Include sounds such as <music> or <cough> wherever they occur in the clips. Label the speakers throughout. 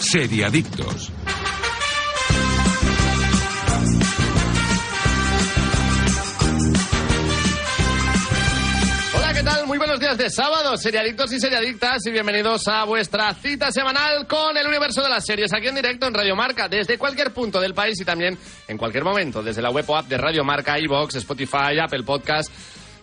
Speaker 1: Seriadictos.
Speaker 2: Hola, ¿qué tal? Muy buenos días de sábado, seriadictos y seriadictas, y bienvenidos a vuestra cita semanal con el universo de las series, aquí en directo en Radio Marca, desde cualquier punto del país y también en cualquier momento, desde la web o app de Radio Marca, iBox, Spotify, Apple Podcast.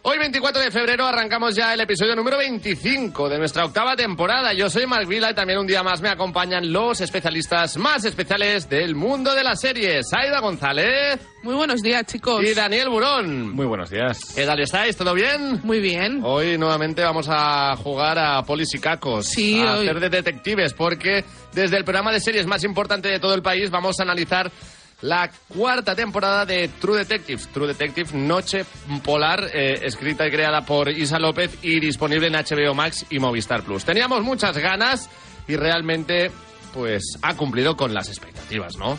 Speaker 2: Hoy, 24 de febrero, arrancamos ya el episodio número 25 de nuestra octava temporada. Yo soy Mark Vila y también un día más me acompañan los especialistas más especiales del mundo de las series. Aida González
Speaker 3: Muy buenos días, chicos.
Speaker 2: y Daniel Burón.
Speaker 4: Muy buenos días.
Speaker 2: ¿Qué tal estáis? ¿Todo bien?
Speaker 3: Muy bien.
Speaker 2: Hoy nuevamente vamos a jugar a polis y cacos,
Speaker 3: Sí,
Speaker 2: a
Speaker 3: hoy.
Speaker 2: hacer de detectives, porque desde el programa de series más importante de todo el país vamos a analizar la cuarta temporada de True Detectives. True Detective Noche Polar, eh, escrita y creada por Isa López y disponible en HBO Max y Movistar Plus. Teníamos muchas ganas y realmente pues ha cumplido con las expectativas, ¿no?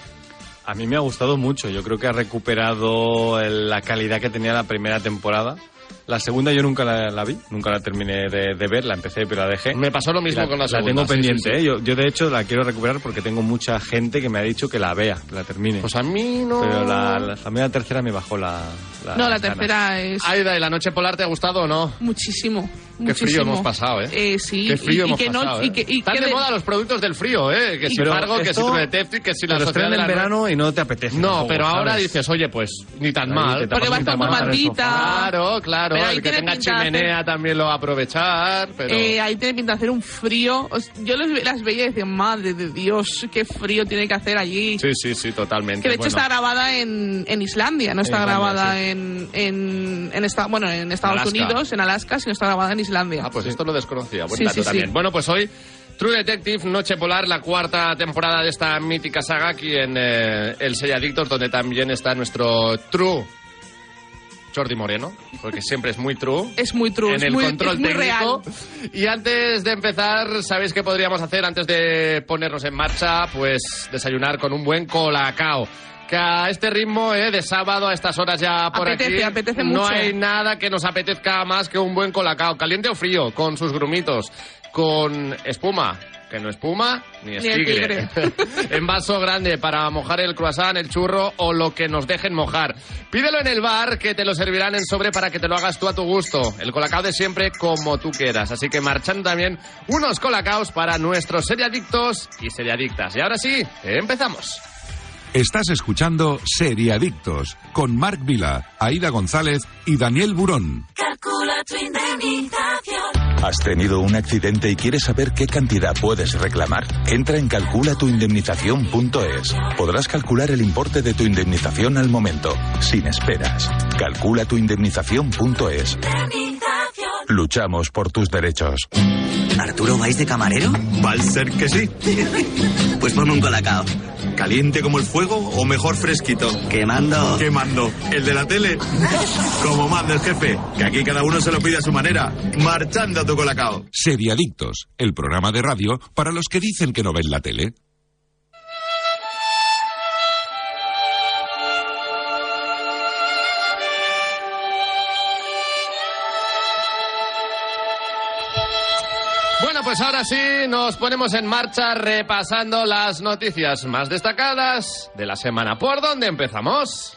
Speaker 4: A mí me ha gustado mucho. Yo creo que ha recuperado el- la calidad que tenía la primera temporada. La segunda yo nunca la, la vi, nunca la terminé de, de ver, la empecé pero la dejé.
Speaker 2: Me pasó lo mismo
Speaker 4: Y la,
Speaker 2: con la segunda.
Speaker 4: tengo
Speaker 2: sí, sí,
Speaker 4: pendiente,
Speaker 2: sí.
Speaker 4: ¿eh? Yo, yo, de hecho la quiero recuperar porque tengo mucha gente que me ha dicho que la vea, que la termine.
Speaker 2: Pues a mí no...
Speaker 4: ¿eh? pero la, la, a mí la tercera me bajó la...
Speaker 3: No, la
Speaker 4: ganas.
Speaker 3: tercera es
Speaker 2: Aida, ¿y la Noche Polar te ha gustado o no?
Speaker 3: muchísimo.
Speaker 2: Qué
Speaker 3: muchísimo.
Speaker 2: frío hemos pasado, ¿eh?
Speaker 3: sí.
Speaker 2: Qué frío
Speaker 3: y, y
Speaker 2: hemos
Speaker 3: que no-
Speaker 2: pasado,
Speaker 3: y
Speaker 2: ¿eh?
Speaker 3: que- y
Speaker 2: Están
Speaker 3: que
Speaker 2: de
Speaker 3: de-
Speaker 2: moda los productos del frío, ¿eh? Que si
Speaker 4: Pero
Speaker 2: Fargo, que si
Speaker 4: esto-
Speaker 2: True Detective, que si la
Speaker 4: Pero
Speaker 2: sociedad
Speaker 4: estrenan
Speaker 2: de la
Speaker 4: en verano y no te apetece.
Speaker 2: No,
Speaker 4: tampoco,
Speaker 2: pero ahora
Speaker 4: ¿sabes?
Speaker 2: dices, oye, pues ni tan
Speaker 4: Ahí
Speaker 2: mal.
Speaker 4: te
Speaker 3: Porque
Speaker 4: tapas
Speaker 3: vas
Speaker 4: un
Speaker 3: con
Speaker 4: tamal en el
Speaker 3: mantita.
Speaker 4: sofá.
Speaker 2: Claro, claro.
Speaker 3: Pero ahí
Speaker 2: El que
Speaker 3: tiene
Speaker 2: tenga
Speaker 3: pinta de hacer-
Speaker 2: chimenea también lo va a aprovechar, pero...
Speaker 3: eh, ahí tiene pinta de hacer un frío. Os- Yo los ve- las veía y decía, madre de Dios, qué frío tiene que hacer allí.
Speaker 2: Sí, sí, sí, totalmente.
Speaker 3: Que de hecho
Speaker 2: Bueno,
Speaker 3: está grabada en, en Islandia, no está
Speaker 4: Islandia,
Speaker 3: grabada
Speaker 4: sí.
Speaker 3: en, en, en esta- bueno, en Estados
Speaker 2: Alaska.
Speaker 3: Unidos, en Alaska, sino está grabada en Islandia.
Speaker 2: Ah, pues
Speaker 4: Sí.
Speaker 2: esto lo desconocía. Buen
Speaker 3: Sí,
Speaker 2: dato
Speaker 3: sí, sí.
Speaker 2: también. Bueno, pues hoy True Detective, Noche Polar, la cuarta temporada de esta mítica saga aquí en eh, El Selladictos, donde también está nuestro True Jordi Moreno, porque siempre es muy true.
Speaker 3: <laughs> es muy true,
Speaker 2: en
Speaker 3: es
Speaker 2: el
Speaker 3: muy,
Speaker 2: control
Speaker 3: es muy
Speaker 2: técnico.
Speaker 3: real.
Speaker 2: Y antes de empezar, ¿sabéis qué podríamos hacer antes de ponernos en marcha? Pues desayunar con un buen colacao. Que a este ritmo, eh, de sábado a estas horas ya por
Speaker 3: Apetece,
Speaker 2: aquí,
Speaker 3: apetece
Speaker 2: no
Speaker 3: mucho.
Speaker 2: hay nada que nos apetezca más que un buen colacao, caliente o frío, con sus grumitos, con espuma, que no espuma ni es
Speaker 3: Ni es
Speaker 2: tigre. <laughs> en vaso grande para mojar el croissant, el churro o lo que nos dejen mojar. Pídelo en el bar que te lo servirán en sobre para que te lo hagas tú a tu gusto. El colacao de siempre como tú quieras. Así que marchando también unos colacaos para nuestros seriadictos y seriadictas. Y ahora sí, empezamos.
Speaker 1: Estás escuchando Seriadictos con Marc Vila, Aida González y Daniel Burón.
Speaker 5: Calcula tu indemnización.
Speaker 6: ¿Has tenido un accidente y quieres saber qué cantidad puedes reclamar? Entra en calculatuindemnización.es. Podrás calcular el importe de tu indemnización al momento, sin esperas. Calculatuindemnización.es.
Speaker 5: Indemnización.
Speaker 6: Luchamos por tus derechos.
Speaker 7: ¿Arturo vais de camarero?
Speaker 8: ¿Va a ser que sí?
Speaker 7: <laughs> Pues ponme un colacao.
Speaker 8: ¿Caliente como el fuego o mejor fresquito?
Speaker 7: Quemando.
Speaker 8: ¿Qué mando? ¿El de la tele? Como manda el jefe, que aquí cada uno se lo pide a su manera. Marchando a tu colacao.
Speaker 1: Seriadictos, el programa de radio para los que dicen que no ven la tele.
Speaker 2: Bueno, pues ahora sí nos ponemos en marcha repasando las noticias más destacadas de la semana. ¿Por dónde empezamos?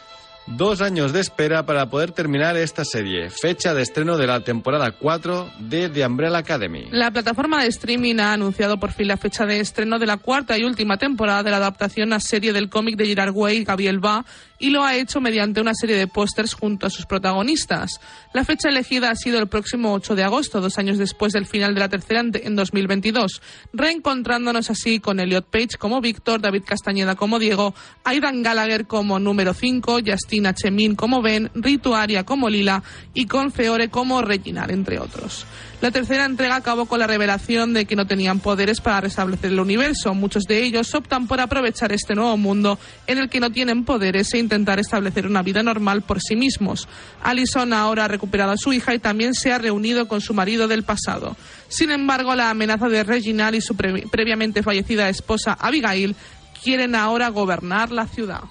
Speaker 4: Dos años de espera para poder terminar esta serie. Fecha de estreno de la temporada 4 de The Umbrella Academy.
Speaker 3: La plataforma de streaming ha anunciado por fin la fecha de estreno de la cuarta y última temporada de la adaptación a serie del cómic de Gerard Way y Gabriel Va y lo ha hecho mediante una serie de pósters junto a sus protagonistas. La fecha elegida ha sido el próximo 8 de agosto, dos años después del final de la tercera en- en 2022, reencontrándonos así con Elliot Page como Víctor, David Castañeda como Diego, Aidan Gallagher como número 5, Justina Chemin como Ben, Ritu Aria como Lila y con Feore como Reginald, entre otros. La tercera entrega acabó con la revelación de que no tenían poderes para restablecer el universo. Muchos de ellos optan por aprovechar este nuevo mundo en el que no tienen poderes e intentar establecer una vida normal por sí mismos. Allison ahora ha recuperado a su hija y también se ha reunido con su marido del pasado. Sin embargo, la amenaza de Reginald y su pre- previamente fallecida esposa Abigail quieren ahora gobernar la ciudad.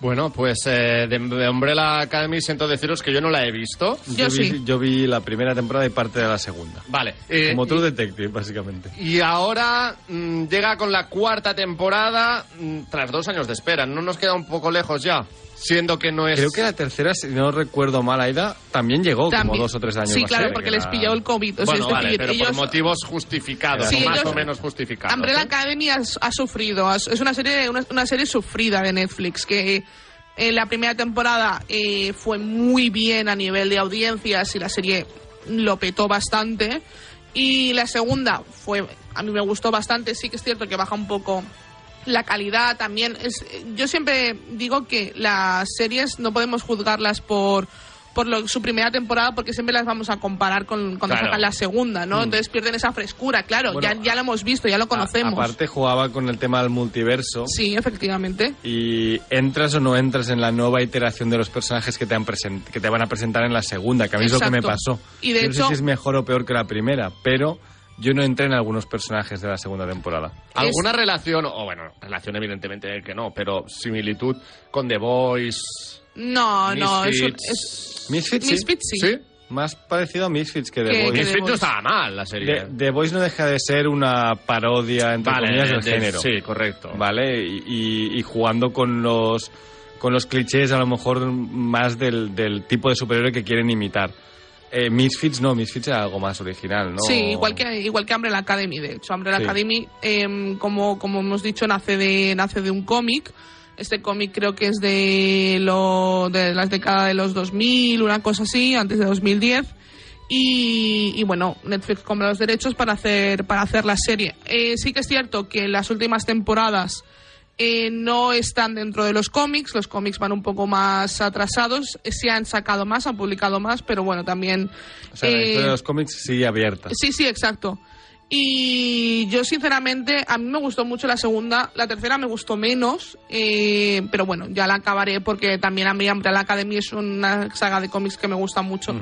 Speaker 2: Bueno, pues eh, de, de Umbrella Academy siento deciros que yo no la he visto.
Speaker 3: Yo
Speaker 4: vi,
Speaker 3: sí.
Speaker 4: Yo vi la primera temporada y parte de la segunda.
Speaker 2: Vale. eh,
Speaker 4: Como
Speaker 2: y-
Speaker 4: True Detective, básicamente.
Speaker 2: Y ahora mm, llega con la cuarta temporada mm, tras dos años de espera. ¿No nos queda un poco lejos ya? Siendo que no es...
Speaker 4: Creo que la tercera, si no recuerdo mal, Aida, también llegó
Speaker 3: También.
Speaker 4: como dos o tres años.
Speaker 3: Sí,
Speaker 4: más
Speaker 3: claro,
Speaker 4: tarde,
Speaker 3: porque
Speaker 4: que
Speaker 3: les
Speaker 4: era-
Speaker 3: pilló el COVID. o sea,
Speaker 2: bueno,
Speaker 3: es
Speaker 2: vale,
Speaker 3: decir,
Speaker 2: pero por
Speaker 3: ellos-
Speaker 2: motivos justificados,
Speaker 3: Sí,
Speaker 2: o más
Speaker 3: ellos-
Speaker 2: o menos justificados.
Speaker 3: Umbrella
Speaker 2: ¿eh?
Speaker 3: Academy ha, ha sufrido, ha- es una serie, una, una serie sufrida de Netflix que en la primera temporada eh, fue muy bien a nivel de audiencias y la serie lo petó bastante y la segunda fue a mí me gustó bastante, sí que es cierto que baja un poco la calidad también es yo siempre digo que las series no podemos juzgarlas por por lo- su primera temporada porque siempre las vamos a comparar con cuando
Speaker 2: Claro.
Speaker 3: sacan la segunda, ¿no? Entonces pierden esa frescura, claro,
Speaker 4: Bueno,
Speaker 3: ya, ya lo hemos visto, ya lo conocemos.
Speaker 4: A- aparte jugaba con el tema del multiverso.
Speaker 3: Sí, efectivamente.
Speaker 4: Y entras o no entras en la nueva iteración de los personajes que te, han present- que te van a presentar en la segunda, que a mí es lo que me
Speaker 3: Exacto.
Speaker 4: pasó.
Speaker 3: Y de
Speaker 4: Yo
Speaker 3: hecho-
Speaker 4: no sé si es mejor o peor que la primera, pero yo no entré en algunos personajes de la segunda temporada.
Speaker 2: ¿Alguna relación, o bueno, relación evidentemente que no, pero similitud con The Voice?
Speaker 3: No, no, es, un-
Speaker 2: Misfits?
Speaker 3: es
Speaker 4: Misfits, sí.
Speaker 3: Misfits sí.
Speaker 2: ¿Sí?
Speaker 4: Más parecido a Misfits que
Speaker 3: Que-
Speaker 4: The Voice.
Speaker 3: que
Speaker 2: Misfits
Speaker 3: Voice.
Speaker 2: no estaba mal la
Speaker 4: The,
Speaker 2: serie.
Speaker 4: The Voice no deja de ser una parodia, entre
Speaker 2: vale,
Speaker 4: comillas,
Speaker 2: de-
Speaker 4: del
Speaker 2: de-
Speaker 4: género.
Speaker 2: Sí, correcto.
Speaker 4: ¿Vale? Y, y- y jugando con los, con los clichés, a lo mejor más del, del tipo de superhéroe que quieren imitar. Eh, Misfits no, Misfits era algo más original, ¿no?
Speaker 3: Sí, igual que, igual que Umbrella Academy, de hecho. Umbrella
Speaker 4: Sí.
Speaker 3: Academy, em, como, como hemos dicho, nace de, nace de un cómic. Este cómic creo que es de, lo, de las décadas de los 2000, una cosa así, antes de 2010. Y, y bueno, Netflix compra los derechos para hacer, para hacer la serie. Eh, sí que es cierto que en las últimas temporadas eh, no están dentro de los cómics, los cómics van un poco más atrasados, Eh, se han sacado más, han publicado más, pero bueno, también...
Speaker 4: O sea, la
Speaker 3: eh,
Speaker 4: historia de los cómics sigue abierta.
Speaker 3: Sí, sí, exacto. Y yo, sinceramente, a mí me gustó mucho la segunda, la tercera me gustó menos, eh, pero bueno, ya la acabaré porque también a mí Umbrella Academy es una saga de cómics que me gusta mucho.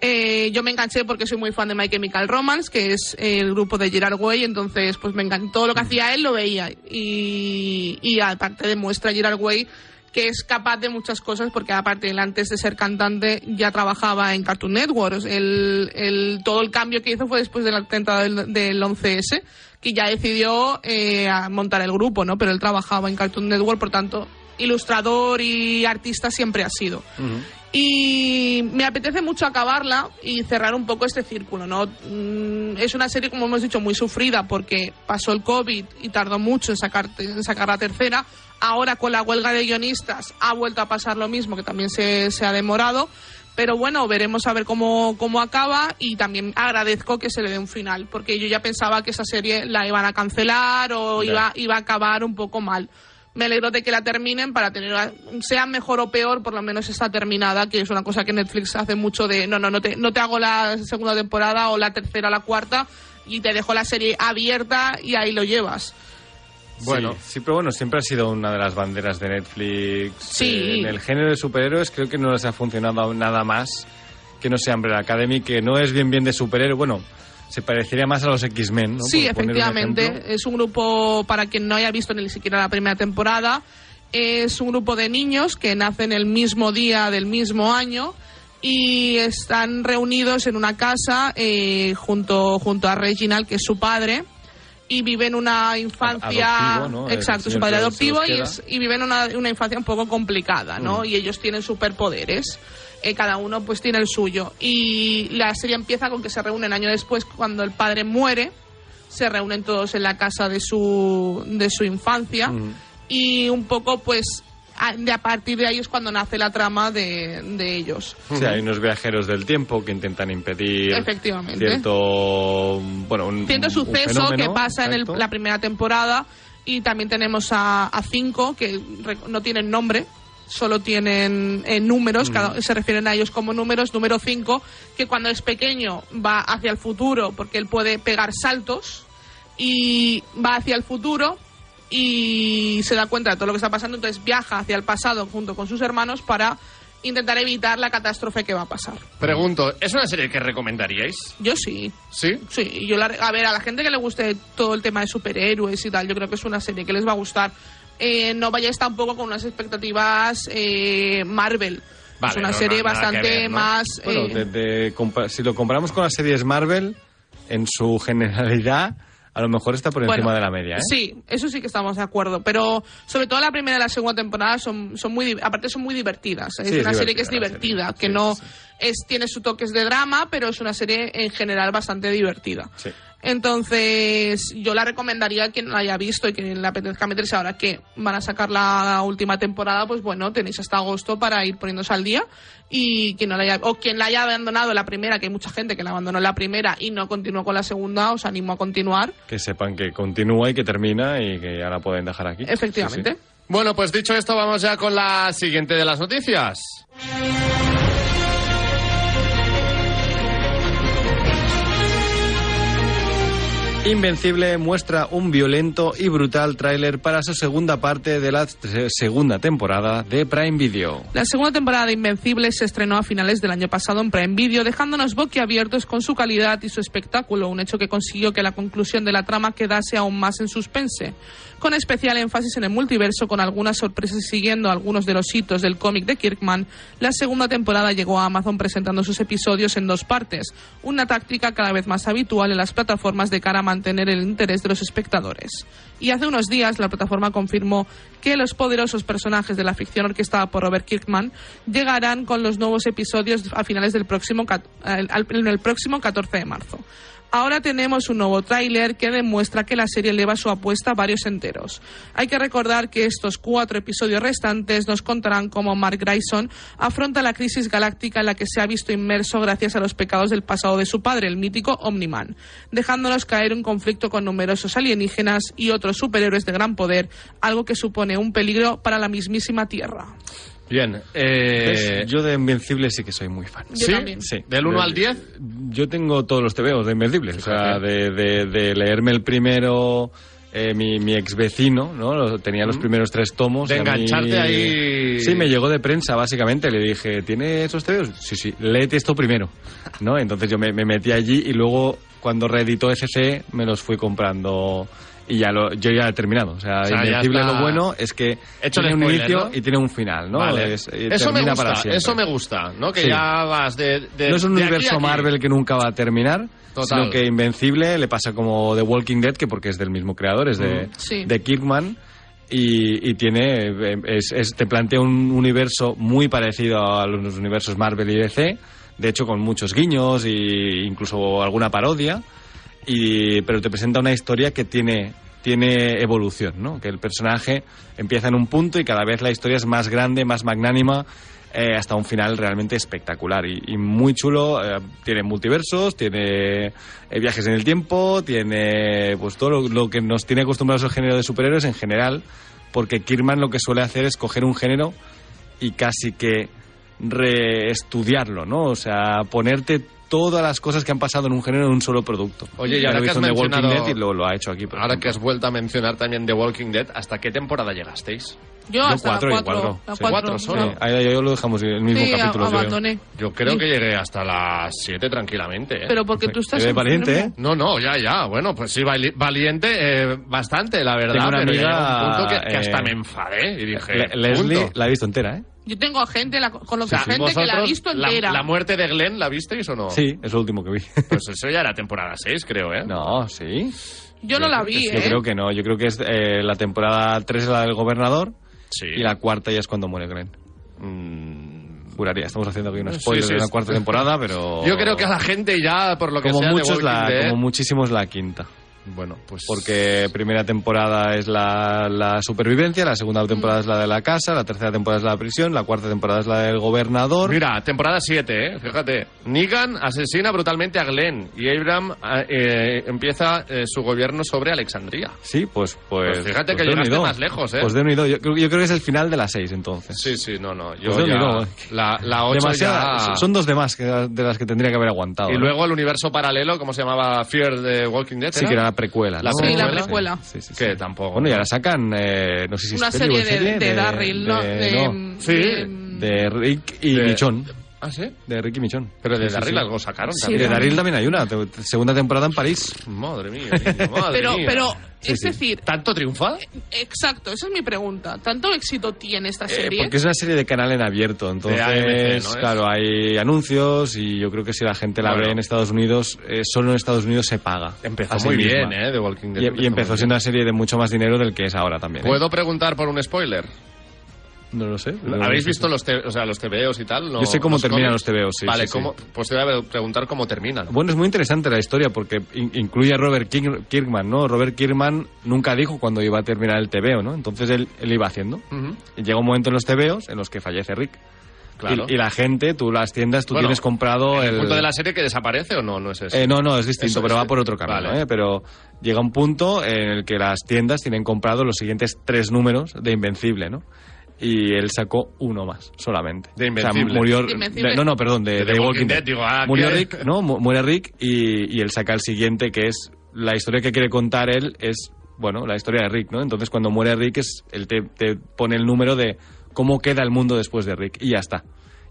Speaker 3: Eh, yo me enganché porque soy muy fan de My Chemical Romance, que es el grupo de Gerard Way, entonces pues me encantó todo lo que hacía él, lo veía. Y, y aparte demuestra Gerard Way que es capaz de muchas cosas porque aparte él antes de ser cantante ya trabajaba en Cartoon Network. O sea, el, el- todo el cambio que hizo fue después del atentado del, del 11S, que ya decidió eh, a montar el grupo, ¿no? Pero él trabajaba en Cartoon Network, por tanto, ilustrador y artista siempre ha sido. Y me apetece mucho acabarla y cerrar un poco este círculo, ¿no? Mm, Es una serie, como hemos dicho, muy sufrida porque pasó el COVID y tardó mucho en sacar, en sacar la tercera. Ahora con la huelga de guionistas ha vuelto a pasar lo mismo, que también se, se ha demorado. Pero bueno, veremos a ver cómo, cómo acaba y también agradezco que se le dé un final, porque yo ya pensaba que esa serie la iban a cancelar o
Speaker 4: Ya.
Speaker 3: iba, iba a acabar un poco mal. Me alegro de que la terminen para tener, sea mejor o peor, por lo menos está terminada, que es una cosa que Netflix hace mucho de, no, no, no te, no te hago la segunda temporada o la tercera o la cuarta y te dejo la serie abierta y ahí lo llevas.
Speaker 4: Bueno, sí. pero bueno, siempre ha sido una de las banderas de Netflix.
Speaker 3: Sí.
Speaker 4: Eh, en el género de superhéroes creo que no les ha funcionado nada más que no sea Umbrella Academy, que no es bien bien de superhéroe. Bueno, se parecería más a los X-Men, ¿no?
Speaker 3: Sí,
Speaker 4: Por poner un
Speaker 3: efectivamente.
Speaker 4: ejemplo.
Speaker 3: Es un grupo, para quien no haya visto ni siquiera la primera temporada, es un grupo de niños que nacen el mismo día del mismo año y están reunidos en una casa eh, junto, junto a Reginald, que es su padre. Y viven una infancia.
Speaker 4: Adoptivo, ¿no? El
Speaker 3: Exacto, su
Speaker 4: señor
Speaker 3: padre
Speaker 4: que se
Speaker 3: adoptivo
Speaker 4: los
Speaker 3: y,
Speaker 4: queda. Mm.
Speaker 3: es- y viven una, una infancia un poco complicada, ¿no? Y ellos tienen superpoderes. eh, cada uno pues tiene el suyo. Y la serie empieza con que se reúnen año después cuando el padre muere se reúnen todos en la casa de su, de su infancia
Speaker 4: Mm.
Speaker 3: y un poco pues a, de a partir de ahí es cuando nace la trama de, de ellos.
Speaker 4: O sea, hay unos viajeros del tiempo que intentan impedir
Speaker 3: Efectivamente.
Speaker 4: cierto, bueno, un,
Speaker 3: Cierto
Speaker 4: un
Speaker 3: suceso
Speaker 4: fenómeno,
Speaker 3: que pasa en el-
Speaker 4: exacto.
Speaker 3: la primera temporada y también tenemos a, a cinco que re- no tienen nombre. Solo tienen eh, números,
Speaker 4: Mm.
Speaker 3: cada- se refieren a ellos como números. Número 5, que cuando es pequeño va hacia el futuro porque él puede pegar saltos y va hacia el futuro y se da cuenta de todo lo que está pasando. Entonces viaja hacia el pasado junto con sus hermanos para intentar evitar la catástrofe que va a pasar.
Speaker 2: Pregunto, ¿es una serie que recomendaríais?
Speaker 3: Yo sí,
Speaker 2: ¿Sí?
Speaker 3: Sí, yo la, a ver, a la gente que le guste todo el tema de superhéroes y tal, yo creo que es una serie que les va a gustar. eh, no vayáis tampoco con unas expectativas eh, Marvel.
Speaker 2: Vale,
Speaker 3: es una
Speaker 2: no,
Speaker 3: serie
Speaker 2: no, nada que
Speaker 3: bastante
Speaker 2: ver, ¿no?
Speaker 3: más...
Speaker 4: Bueno,
Speaker 3: eh,
Speaker 4: de- de compa- si lo comparamos con las series Marvel, en su generalidad, a lo mejor está por encima
Speaker 3: Bueno,
Speaker 4: de la media, ¿eh?
Speaker 3: Sí, eso sí que estamos de acuerdo. Pero sobre todo la primera y la segunda temporada son, son muy, di- aparte son muy divertidas. ¿eh? Es
Speaker 4: Sí, es
Speaker 3: una serie que es
Speaker 4: divertida la
Speaker 3: divertida,
Speaker 4: serie.
Speaker 3: que
Speaker 4: Sí,
Speaker 3: no
Speaker 4: sí.
Speaker 3: es tiene sus toques de drama, pero es una serie en general bastante divertida.
Speaker 4: Sí.
Speaker 3: Entonces, yo la recomendaría a quien la haya visto y quien le apetezca meterse ahora que van a sacar la última temporada, pues bueno, tenéis hasta agosto para ir poniéndose al día y quien no la haya, o quien la haya abandonado en la primera, que hay mucha gente que la abandonó en la primera y no continuó con la segunda, os animo a continuar.
Speaker 4: Que sepan que continúa y que termina y que ya la pueden dejar aquí.
Speaker 3: Efectivamente.
Speaker 4: Sí, sí.
Speaker 2: Bueno, pues dicho esto, vamos ya con la siguiente de las noticias.
Speaker 4: Invencible muestra un violento y brutal tráiler para su segunda parte de la t- segunda temporada de Prime Video.
Speaker 3: La segunda temporada de Invencible se estrenó a finales del año pasado en Prime Video, dejándonos boquiabiertos con su calidad y su espectáculo, un hecho que consiguió que la conclusión de la trama quedase aún más en suspense, con especial énfasis en el multiverso, con algunas sorpresas y siguiendo algunos de los hitos del cómic de Kirkman. La segunda temporada llegó a Amazon presentando sus episodios en dos partes, una táctica cada vez más habitual en las plataformas de cara a mantener el interés de los espectadores. Y hace unos días la plataforma confirmó que los poderosos personajes de la ficción orquestada por Robert Kirkman llegarán con los nuevos episodios a finales del próximo cat- al- al- en el próximo 14 de marzo. Ahora tenemos un nuevo tráiler que demuestra que la serie eleva su apuesta a varios enteros. Hay que recordar que estos cuatro episodios restantes nos contarán cómo Mark Grayson afronta la crisis galáctica en la que se ha visto inmerso gracias a los pecados del pasado de su padre, el mítico Omniman, dejándonos caer un conflicto con numerosos alienígenas y otros superhéroes de gran poder, algo que supone un peligro para la mismísima Tierra.
Speaker 2: Bien, eh,
Speaker 4: ¿Ves? Yo de Invencible sí que soy muy fan.
Speaker 3: Yo
Speaker 2: ¿Sí?
Speaker 3: también.
Speaker 4: Sí.
Speaker 2: ¿Del 1
Speaker 4: Yo-
Speaker 2: al 10?
Speaker 4: Yo tengo todos los TVOs de Invencible. O sea, de, de- de leerme el primero, eh, mi, mi ex vecino, ¿no? Lo- Tenía los primeros tres tomos.
Speaker 2: Mm. De
Speaker 4: y a mí-
Speaker 2: engancharte ahí.
Speaker 4: Sí, me llegó de prensa, básicamente. Le dije, ¿tiene esos TVOs? Sí, sí, léete esto primero. ¿No? Entonces yo me, me metí allí y luego, cuando reeditó SC, me los fui comprando. Y ya lo, yo ya he terminado. O sea,
Speaker 2: O sea, ya
Speaker 4: Invencible
Speaker 2: está.
Speaker 4: lo bueno es que
Speaker 2: Hecho el
Speaker 4: tiene un
Speaker 2: spoiler,
Speaker 4: inicio
Speaker 2: ¿no?
Speaker 4: y tiene un final, ¿no?
Speaker 2: Vale.
Speaker 4: Es- eh,
Speaker 2: eso me
Speaker 4: termina
Speaker 2: gusta,
Speaker 4: para siempre.
Speaker 2: eso me gusta, ¿no? Que
Speaker 4: Sí.
Speaker 2: ya vas de, de-
Speaker 4: No es un
Speaker 2: de aquí a
Speaker 4: universo
Speaker 2: aquí.
Speaker 4: Marvel que nunca va a terminar,
Speaker 2: Total.
Speaker 4: sino que Invencible le pasa como The Walking Dead, que porque es del mismo creador, es de,
Speaker 2: Mm.
Speaker 3: Sí.
Speaker 4: de Kirkman, y, y tiene eh, es- es- te plantea un universo muy parecido a los universos Marvel y DC, de hecho con muchos guiños e incluso alguna parodia, y, pero te presenta una historia que tiene tiene evolución, ¿no? Que el personaje empieza en un punto y cada vez la historia es más grande, más magnánima, eh, hasta un final realmente espectacular y, y muy chulo. eh, tiene multiversos, tiene eh, viajes en el tiempo, tiene pues todo lo, lo que nos tiene acostumbrados el género de superhéroes en general, porque Kirman lo que suele hacer es coger un género y casi que reestudiarlo, ¿no? O sea, ponerte todas las cosas que han pasado en un género en un solo producto.
Speaker 2: Oye, y
Speaker 4: Ya
Speaker 2: ahora
Speaker 4: lo hizo
Speaker 2: que has
Speaker 4: en The
Speaker 2: mencionado-
Speaker 4: Walking Dead y lo, lo ha hecho aquí. por
Speaker 2: Ahora
Speaker 4: ejemplo.
Speaker 2: que has vuelto a mencionar también The Walking Dead, ¿hasta qué temporada llegasteis?
Speaker 3: Yo
Speaker 4: Yo
Speaker 3: hasta
Speaker 4: cuatro
Speaker 3: la
Speaker 4: y
Speaker 3: 4.
Speaker 4: cuatro.
Speaker 3: La
Speaker 4: Sí.
Speaker 3: cuatro,
Speaker 2: Cuatro solo.
Speaker 4: Sí, ahí, ahí lo dejamos en el mismo
Speaker 3: Sí,
Speaker 4: capítulo. yo creo.
Speaker 3: abandoné.
Speaker 2: Yo creo
Speaker 3: Sí.
Speaker 2: que llegué hasta las 7 tranquilamente, ¿eh?
Speaker 3: Pero porque tú estás...
Speaker 4: Te ve
Speaker 3: enfermo.
Speaker 4: valiente, ¿eh?
Speaker 2: No, no, ya, ya. Bueno, pues sí, vali- valiente eh, bastante, la verdad.
Speaker 4: Tengo una
Speaker 2: pero
Speaker 4: amiga,
Speaker 2: llega un punto que, que
Speaker 4: eh,
Speaker 2: hasta me enfadé y dije.
Speaker 4: Le- Leslie
Speaker 2: punto.
Speaker 4: la ha visto entera, ¿eh?
Speaker 3: Yo tengo gente, la,
Speaker 2: O
Speaker 3: conozco
Speaker 2: sea,
Speaker 3: gente que la ha
Speaker 2: vosotros,
Speaker 3: visto
Speaker 2: la-
Speaker 3: entera.
Speaker 2: La, muerte de Glenn, ¿la visteis o no?
Speaker 4: Sí, es lo último que
Speaker 2: <laughs>
Speaker 4: vi.
Speaker 2: Pues eso ya era temporada 6, creo, ¿eh?
Speaker 4: no, sí.
Speaker 3: yo no la vi,
Speaker 4: Yo
Speaker 3: ¿eh?
Speaker 4: creo que no. Yo creo que es eh, la temporada 3 es la del gobernador
Speaker 2: Sí.
Speaker 4: y la cuarta ya es cuando muere Glenn.
Speaker 2: Mm,
Speaker 4: Juraría, estamos haciendo aquí un
Speaker 2: Sí,
Speaker 4: spoiler
Speaker 2: sí,
Speaker 4: de la
Speaker 2: es-
Speaker 4: cuarta temporada, pero.
Speaker 2: Yo creo que a la gente ya, por lo que
Speaker 4: como
Speaker 2: sea, de
Speaker 4: mucho es
Speaker 2: Walking
Speaker 4: la,
Speaker 2: Dead-
Speaker 4: Como muchísimo es la quinta.
Speaker 2: Bueno, pues.
Speaker 4: Porque primera temporada es la, la supervivencia, la
Speaker 3: Mm.
Speaker 4: segunda temporada es la de la casa, la tercera temporada es la prisión, la cuarta temporada es la del gobernador.
Speaker 2: Mira, temporada 7, ¿eh? fíjate. Negan asesina brutalmente a Glenn y Abraham eh, empieza eh, su gobierno sobre Alexandria.
Speaker 4: Sí, pues, pues.
Speaker 2: Pues fíjate
Speaker 4: pues
Speaker 2: que
Speaker 4: de
Speaker 2: llegaste
Speaker 4: unido.
Speaker 2: más lejos, ¿eh?
Speaker 4: Pues de unido. Yo, creo- yo creo que es el final de las seis, entonces.
Speaker 2: Sí, sí, no, no. Yo
Speaker 4: Pues de
Speaker 2: ya-
Speaker 4: unido.
Speaker 2: la, la 8
Speaker 4: Demasiada-
Speaker 2: ya...
Speaker 4: Son dos de más que, de las que tendría que haber aguantado. ¿eh?
Speaker 2: Y
Speaker 4: ¿no?
Speaker 2: luego el universo paralelo, ¿cómo se llamaba? Fear de Walking Dead.
Speaker 4: Sí, que era la precuela.
Speaker 2: La
Speaker 4: ¿no?
Speaker 2: Sí, la
Speaker 3: precuela.
Speaker 4: Sí, sí, sí.
Speaker 2: Que tampoco.
Speaker 4: Bueno, y ahora sacan, eh, no sé si es
Speaker 3: una
Speaker 4: peli o
Speaker 3: serie de, de Darryl, ¿no?
Speaker 4: de-
Speaker 3: De,
Speaker 4: no,
Speaker 2: Sí.
Speaker 3: de-
Speaker 4: de Rick y
Speaker 2: De-
Speaker 4: Michonne.
Speaker 2: ¿Ah, sí?
Speaker 4: de Ricky Michon.
Speaker 2: Pero de
Speaker 4: Sí, sí,
Speaker 2: Daryl
Speaker 4: sí.
Speaker 2: algo sacaron
Speaker 4: Y
Speaker 2: también.
Speaker 4: de Daryl también hay una, te- segunda temporada en París.
Speaker 2: Madre mía,
Speaker 4: <laughs>
Speaker 2: niño, madre
Speaker 3: Pero,
Speaker 2: mía.
Speaker 3: pero
Speaker 4: Sí,
Speaker 3: es
Speaker 4: sí.
Speaker 3: decir,
Speaker 2: ¿Tanto triunfa?
Speaker 3: exacto, esa es mi pregunta. ¿Tanto éxito tiene esta
Speaker 4: Eh,
Speaker 3: serie?
Speaker 4: porque es una serie de canal en abierto, entonces,
Speaker 2: AMC, ¿no es?
Speaker 4: claro, hay anuncios y yo creo que si la gente la
Speaker 2: Bueno.
Speaker 4: ve en Estados Unidos, eh, solo en Estados Unidos se paga.
Speaker 2: Empezó
Speaker 4: a sí
Speaker 2: muy
Speaker 4: misma.
Speaker 2: bien, ¿eh? The Walking Dead.
Speaker 4: Y, y empezó
Speaker 2: muy
Speaker 4: siendo una serie de mucho más dinero del que es ahora también.
Speaker 2: bien.
Speaker 4: ¿eh?
Speaker 2: ¿Puedo preguntar por un spoiler?
Speaker 4: No lo sé.
Speaker 2: ¿Habéis visto los, te- o sea, los TVOs y tal? No-
Speaker 4: Yo sé cómo
Speaker 2: los
Speaker 4: terminan
Speaker 2: cómics.
Speaker 4: los TVOs, sí, sí,
Speaker 2: Vale,
Speaker 4: sí.
Speaker 2: ¿cómo? pues te voy a preguntar cómo terminan.
Speaker 4: Bueno, es muy interesante la historia porque in- incluye a Robert Kirk- Kirkman, ¿no? Robert Kirkman nunca dijo cuando iba a terminar el TVO, ¿no? Entonces él, él iba haciendo.
Speaker 2: Ujú,
Speaker 4: Y llega un momento en los TVOs en los que fallece Rick.
Speaker 2: Claro.
Speaker 4: Y, y la gente, tú las tiendas, tú
Speaker 2: Bueno,
Speaker 4: tienes comprado
Speaker 2: ¿El
Speaker 4: el...
Speaker 2: punto de la serie que desaparece o no? No es eso.
Speaker 4: Eh, no, no, es distinto,
Speaker 2: Eso,
Speaker 4: pero
Speaker 2: eso.
Speaker 4: va por otro camino.
Speaker 2: Vale.
Speaker 4: ¿eh? Pero llega un punto en el que las tiendas tienen comprado los siguientes tres números de Invencible, ¿no? Y él sacó uno más, solamente.
Speaker 2: De
Speaker 4: O
Speaker 2: Invencible.
Speaker 4: sea, murió...
Speaker 3: De Invencible.
Speaker 4: de- no, no, perdón, de,
Speaker 2: De The
Speaker 4: de
Speaker 2: Walking
Speaker 4: Walking Dead.
Speaker 2: Dead, digo, ah,
Speaker 4: murió
Speaker 2: ¿qué?
Speaker 4: Rick, ¿no? Mu- Muere Rick y, y él saca el siguiente, que es... La historia que quiere contar él es, bueno, la historia de Rick, ¿no? Entonces cuando muere Rick, es, él te, te pone el número de cómo queda el mundo después de Rick. Y ya está.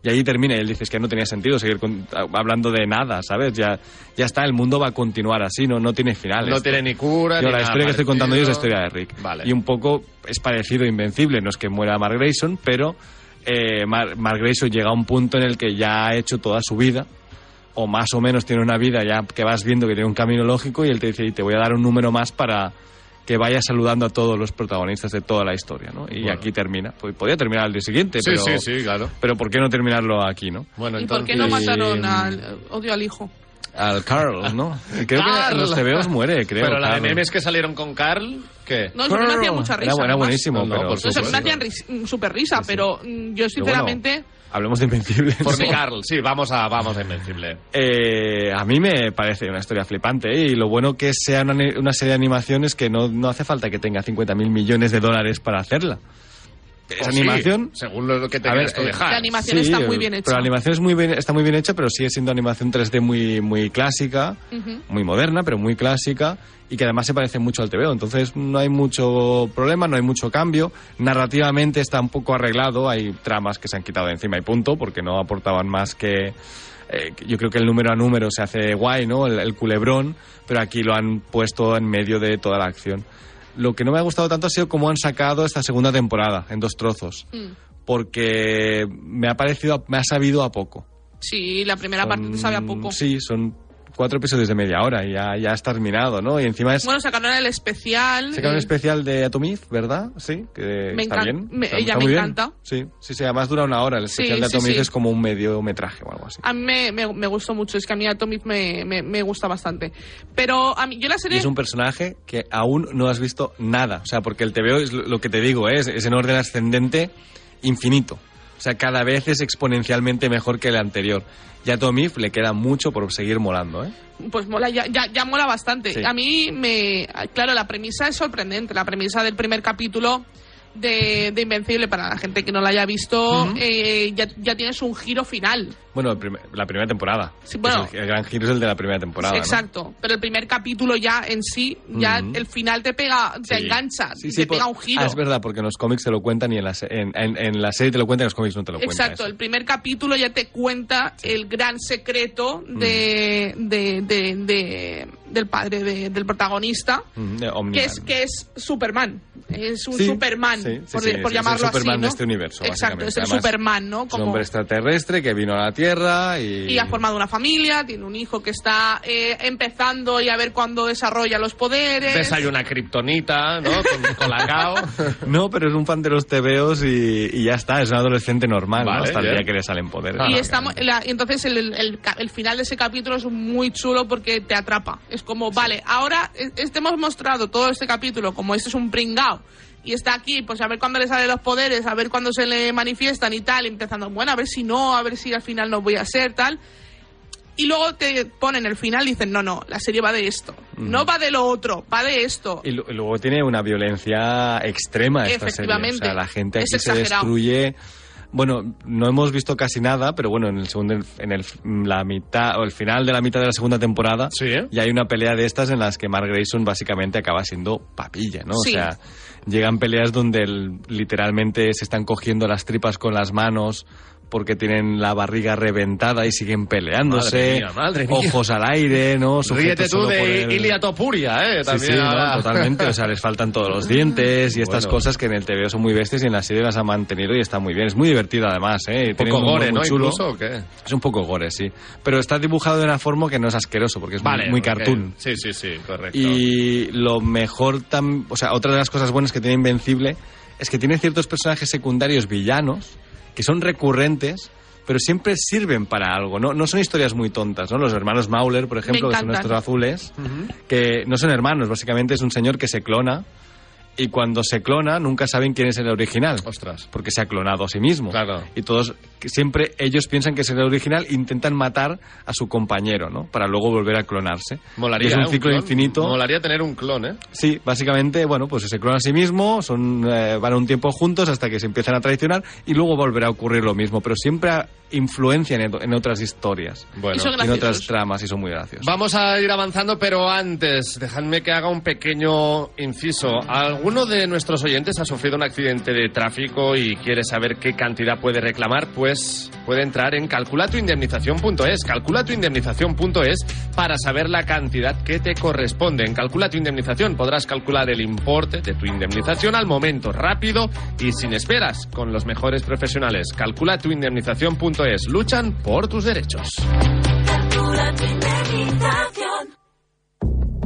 Speaker 4: Y ahí termina y él dice, es que no tenía sentido seguir con- a- hablando de nada, ¿sabes? Ya, ya está, el mundo va a continuar así, no, no tiene final.
Speaker 2: no
Speaker 4: esto.
Speaker 2: tiene ni cura,
Speaker 4: este- Yo,
Speaker 2: ni
Speaker 4: la
Speaker 2: nada
Speaker 4: historia que estoy contando yo es la
Speaker 2: parecido.
Speaker 4: historia de Rick.
Speaker 2: Vale.
Speaker 4: Y un poco es parecido a Invencible, no es que muera Mark Grayson, pero eh, Mar- Mark Grayson llega a un punto en el que ya ha hecho toda su vida, o más o menos tiene una vida ya que vas viendo que tiene un camino lógico, y él te dice, y te voy a dar un número más para que vaya saludando a todos los protagonistas de toda la historia, ¿no? Y
Speaker 2: Bueno.
Speaker 4: aquí termina. Pues podía terminar el día siguiente,
Speaker 2: Sí,
Speaker 4: pero...
Speaker 2: sí, sí, claro.
Speaker 4: Pero ¿por qué no terminarlo aquí, no?
Speaker 2: Bueno,
Speaker 3: ¿Y por
Speaker 2: entonces...
Speaker 3: qué no mataron
Speaker 4: eh,
Speaker 3: al odio al hijo?
Speaker 4: Al Carl, ¿no? Creo que
Speaker 2: Carl.
Speaker 4: en los TVOs
Speaker 2: <laughs>
Speaker 4: muere, creo.
Speaker 2: Pero la de
Speaker 4: Carl.
Speaker 2: memes que salieron con Carl, ¿qué?
Speaker 3: No, eso me hacía
Speaker 4: Carl.
Speaker 3: mucha
Speaker 4: Era
Speaker 3: risa.
Speaker 4: bu- Era,
Speaker 3: además.
Speaker 4: buenísimo,
Speaker 2: No, no,
Speaker 4: pero...
Speaker 2: por
Speaker 3: No sé, me
Speaker 2: supuesto.
Speaker 3: hacían ris- súper risa, pero mm, yo
Speaker 4: Pero bueno,
Speaker 3: sinceramente...
Speaker 4: hablemos de Invencible.
Speaker 2: Por
Speaker 4: <laughs>
Speaker 2: mi Carl, sí, vamos a, vamos a Invencible.
Speaker 4: Eh, a mí me parece una historia flipante ¿eh? y lo bueno que sea una, ani- una serie de animaciones que no, no hace falta que tenga 50.000 millones de dólares para hacerla. Es
Speaker 2: O sí,
Speaker 4: animación.
Speaker 2: según lo que te
Speaker 4: A ver,
Speaker 2: quieras tú
Speaker 4: eh,
Speaker 2: dejar.
Speaker 3: La animación está muy bien hecha.
Speaker 4: Pero la animación es muy bien- está muy bien hecha, pero sigue siendo animación 3D muy, muy clásica,
Speaker 3: Ujú.
Speaker 4: muy moderna, pero muy clásica, y que además se parece mucho al TVO. Entonces no hay mucho problema, no hay mucho cambio. Narrativamente está un poco arreglado, hay tramas que se han quitado de encima y punto, porque no aportaban más que... eh, yo creo que el número a número se hace guay, ¿no? El, el culebrón, pero aquí lo han puesto en medio de toda la acción. Lo que no me ha gustado tanto ha sido cómo han sacado esta segunda temporada en dos trozos
Speaker 3: Mm.
Speaker 4: porque me ha parecido, me ha sabido a poco.
Speaker 3: Sí, la primera parte te sabe a
Speaker 4: Son-
Speaker 3: poco.
Speaker 4: Mm, Sí, son cuatro episodios de media hora y ya, ya has terminado, ¿no? Y encima es
Speaker 3: Bueno, sacaron el especial.
Speaker 4: sacaron un
Speaker 3: eh,
Speaker 4: especial de Atomiz, ¿verdad? Sí, que
Speaker 3: Me
Speaker 4: está
Speaker 3: encan-
Speaker 4: bien.
Speaker 3: me-
Speaker 4: está-
Speaker 3: ella
Speaker 4: está
Speaker 3: me
Speaker 4: muy bien.
Speaker 3: encanta.
Speaker 4: Sí, sí, sí, además dura una hora. El
Speaker 3: Sí,
Speaker 4: especial de
Speaker 3: sí,
Speaker 4: Atomiz
Speaker 3: sí.
Speaker 4: es como un mediometraje o algo así.
Speaker 3: A mí me, me- me gustó mucho, es que a mí Atomic me, me, me gusta bastante. Pero a mí, yo la
Speaker 4: Y
Speaker 3: serie...
Speaker 4: es un personaje que aún no has visto nada. O sea, porque el TVO es lo lo que te digo, ¿eh? es, es en orden ascendente infinito. O sea, cada vez es exponencialmente mejor que el anterior. Y a Tomif le queda mucho por seguir molando, ¿eh?
Speaker 3: Pues mola, ya, ya, ya mola bastante.
Speaker 4: Sí.
Speaker 3: A mí me... Claro, la premisa es sorprendente, la premisa del primer capítulo... De, de Invencible, para la gente que no la haya visto, eh, ya, ya tienes un giro final.
Speaker 4: Bueno, el prim- la primera temporada.
Speaker 3: Sí, bueno.
Speaker 4: Es el, el gran giro es el de la primera temporada. ¿no?
Speaker 3: Exacto. Pero el primer capítulo ya en sí, ya
Speaker 4: Ujú.
Speaker 3: el final te pega, te
Speaker 4: Sí.
Speaker 3: engancha,
Speaker 4: Sí, sí,
Speaker 3: te
Speaker 4: por-
Speaker 3: pega un giro.
Speaker 4: Ah, es verdad, porque en los cómics te lo cuentan y en la, se- en, en- en la serie te lo cuentan y en los cómics no te lo cuentan.
Speaker 3: Exacto,
Speaker 4: eso.
Speaker 3: el primer capítulo ya te cuenta el gran secreto de,
Speaker 4: Mm.
Speaker 3: de- de- de- del padre de- del protagonista,
Speaker 4: Mm, de
Speaker 3: que
Speaker 4: Omniman.
Speaker 3: es que es Superman. Es un
Speaker 4: Sí,
Speaker 3: Superman,
Speaker 4: sí, sí,
Speaker 3: por,
Speaker 4: sí, es-
Speaker 3: por
Speaker 4: es el
Speaker 3: llamarlo así.
Speaker 4: Superman de
Speaker 3: ¿no?
Speaker 4: este universo,
Speaker 3: Exacto,
Speaker 4: básicamente.
Speaker 3: es el
Speaker 4: Además,
Speaker 3: Superman, ¿no?
Speaker 4: Es un hombre extraterrestre que vino a la Tierra y...
Speaker 3: y ha formado una familia, tiene un hijo que está eh, empezando y a ver cuándo desarrolla los poderes.
Speaker 2: Ves, hay una kriptonita, ¿no? Con, con la cao.
Speaker 4: <laughs> No, pero es un fan de los tebeos y, y ya está, es un adolescente normal, ¿no?
Speaker 2: Vale,
Speaker 4: hasta
Speaker 2: bien.
Speaker 4: el día que le salen poderes.
Speaker 3: y
Speaker 4: ¿no?
Speaker 3: estamos la- entonces el, el- el ca- el final de ese capítulo es muy chulo porque te atrapa es como vale ahora e- este hemos mostrado todo este capítulo como este es un pringao y está aquí pues a ver cuándo le salen los poderes a ver cuándo se le manifiestan y tal y empezando bueno a ver si no a ver si al final no voy a ser tal y luego te ponen el final y dicen no no la serie va de esto no va de lo otro va de esto
Speaker 4: Y lu- y luego tiene una violencia extrema esta
Speaker 3: Efectivamente.
Speaker 4: serie. O sea, la gente aquí
Speaker 3: Es
Speaker 4: se
Speaker 3: exagerado.
Speaker 4: destruye. Bueno, no hemos visto casi nada, pero bueno, en el segundo, en el, la mitad o el final de la mitad de la segunda temporada,
Speaker 2: Sí, ¿eh?
Speaker 4: y hay una pelea de estas en las que Mark Grayson básicamente acaba siendo papilla, ¿no?
Speaker 3: Sí.
Speaker 4: O sea, llegan peleas donde el- literalmente se están cogiendo las tripas con las manos porque tienen la barriga reventada y siguen peleándose,
Speaker 2: Madre mía, madre mía.
Speaker 4: ojos al aire, ¿no? Sujetos
Speaker 2: Ríete tú
Speaker 4: solo por
Speaker 2: de
Speaker 4: el-
Speaker 2: Ilia Topuria, ¿eh?
Speaker 4: Sí,
Speaker 2: También
Speaker 4: sí, no,
Speaker 2: ahora. <laughs>
Speaker 4: totalmente. O sea, les faltan todos los dientes y estas
Speaker 2: Bueno.
Speaker 4: cosas que en el TVO son muy bestias y en la serie las han mantenido y está muy bien. Es muy divertida además, ¿eh? Y
Speaker 2: Un
Speaker 4: tiene
Speaker 2: poco
Speaker 4: un humor
Speaker 2: gore,
Speaker 4: muy
Speaker 2: ¿no?
Speaker 4: chulo.
Speaker 2: Incluso, ¿o qué?
Speaker 4: Es un poco gore, sí. Pero está dibujado de una forma que no es asqueroso porque es muy-
Speaker 2: Vale.
Speaker 4: muy
Speaker 2: ok.
Speaker 4: cartoon.
Speaker 2: Sí, sí, sí, correcto.
Speaker 4: Y lo mejor, tam- o sea, otra de las cosas buenas que tiene Invencible es que tiene ciertos personajes secundarios villanos que son recurrentes, pero siempre sirven para algo. No, no son historias muy tontas, ¿no? Los hermanos Mauler, por ejemplo, que son
Speaker 3: encantan.
Speaker 4: nuestros azules, que no son hermanos, básicamente es un señor que se clona y cuando se clona nunca saben quién es el original.
Speaker 2: Ostras.
Speaker 4: Porque se ha clonado a sí mismo.
Speaker 2: Claro.
Speaker 4: Y todos, que siempre ellos piensan que es el original e intentan matar a su compañero, ¿no? Para luego volver a clonarse.
Speaker 2: Molaría.
Speaker 4: Y es
Speaker 2: ¿eh?
Speaker 4: un ciclo
Speaker 2: clon.
Speaker 4: infinito.
Speaker 2: Molaría tener un clon, ¿eh?
Speaker 4: Sí, básicamente, bueno, pues se clonan a sí mismo, son, eh, van un tiempo juntos hasta que se empiezan a traicionar y luego volverá a ocurrir lo mismo, pero siempre ah, influencian en, en otras historias,
Speaker 2: Bueno.
Speaker 3: Y son
Speaker 4: en otras
Speaker 3: graciosos.
Speaker 4: tramas y son muy graciosos.
Speaker 2: Vamos a ir avanzando, pero antes, dejadme que haga un pequeño inciso. ¿Alguno de nuestros oyentes ha sufrido un accidente de tráfico y quiere saber qué cantidad puede reclamar? Pues puede entrar en calculatuindemnización.es, calculatuindemnización.es, para saber la cantidad que te corresponde. En Calcula tu indemnización podrás calcular el importe de tu indemnización al momento, rápido y sin esperas, con los mejores profesionales. Calculatuindemnización.es, luchan por tus derechos.
Speaker 5: Calcula tu indemnización.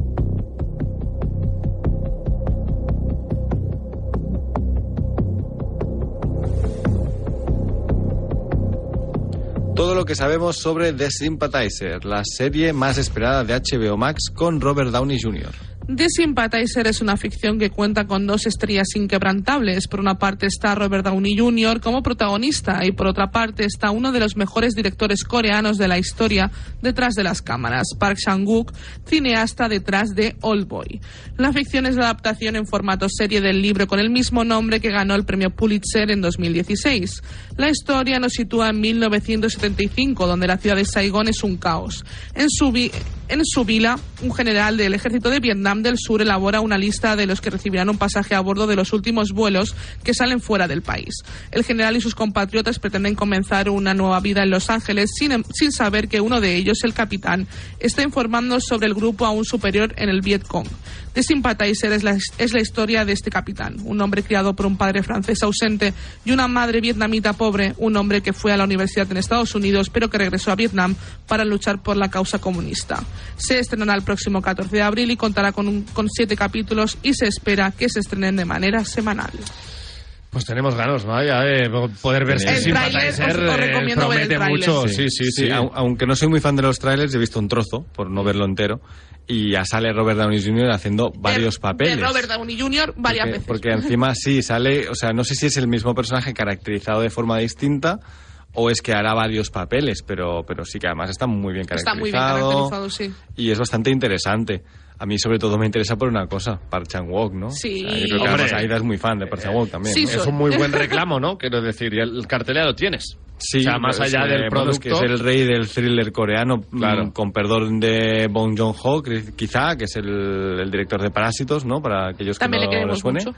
Speaker 4: Todo lo que sabemos sobre The Sympathizer, la serie más esperada de HBO Max con Robert Downey Jr.
Speaker 3: The Sympathizer es una ficción que cuenta con dos estrellas inquebrantables. Por una parte está Robert Downey Jr. como protagonista y por otra parte está uno de los mejores directores coreanos de la historia detrás de las cámaras, Park Chan-wook, cineasta detrás de Oldboy. La ficción es la adaptación en formato serie del libro con el mismo nombre que ganó el premio Pulitzer en 2016. La historia nos sitúa en 1975, donde la ciudad de Saigón es un caos. En su, vi- en su vila, un general del ejército de Vietnam del Sur elabora una lista de los que recibirán un pasaje a bordo de los últimos vuelos que salen fuera del país. El general y sus compatriotas pretenden comenzar una nueva vida en Los Ángeles sin, em- sin saber que uno de ellos, el capitán, está informando sobre el grupo aún superior en el Vietcong. The Sympathizer es la, es la historia de este capitán, un hombre criado por un padre francés ausente y una madre vietnamita pobre, un hombre que fue a la universidad en Estados Unidos pero que regresó a Vietnam para luchar por la causa comunista. Se estrenará el próximo 14 de abril y contará con, un- con siete capítulos y se espera que se estrenen de manera semanal.
Speaker 2: Pues tenemos ganas, vaya, de poder ver
Speaker 4: El
Speaker 3: tráiler,
Speaker 2: sin Patarser,
Speaker 3: os- os
Speaker 2: eh,
Speaker 3: recomiendo ver el
Speaker 2: promete
Speaker 3: tráiler.
Speaker 2: mucho. Sí, sí, sí.
Speaker 4: au- Aunque no soy muy fan de los trailers, he visto un trozo, por no verlo entero, y ya sale Robert Downey Jr. haciendo varios
Speaker 3: De-
Speaker 4: papeles.
Speaker 3: De Robert Downey Jr. varias
Speaker 4: porque,
Speaker 3: veces.
Speaker 4: porque encima sí sale, o sea, no sé si es el mismo personaje caracterizado de forma distinta o es que hará varios papeles, pero, pero sí que además está muy bien
Speaker 3: Está
Speaker 4: caracterizado.
Speaker 3: muy bien caracterizado, sí.
Speaker 4: Y es bastante interesante. A mí sobre todo me interesa por una cosa, Park Chan Wook, ¿no?
Speaker 3: Sí.
Speaker 4: O sea, yo creo que
Speaker 2: Hombre. Eh,
Speaker 4: además Aida es muy fan de Park Chan Wook también.
Speaker 3: Sí,
Speaker 4: ¿no?
Speaker 3: soy.
Speaker 2: Es un muy buen reclamo, ¿no? Quiero decir, y el cartel ya lo tienes.
Speaker 4: Sí,
Speaker 2: o sea, más
Speaker 4: pues,
Speaker 2: allá
Speaker 4: eh,
Speaker 2: del
Speaker 4: bueno, es
Speaker 2: producto.
Speaker 4: que es el rey del thriller coreano,
Speaker 2: Claro.
Speaker 4: mm, con perdón de Bong Joon-ho, cri- quizá, que es el, el director de Parásitos, ¿no? Para aquellos
Speaker 3: También le
Speaker 4: que no
Speaker 3: queremos
Speaker 4: les suene,
Speaker 3: mucho.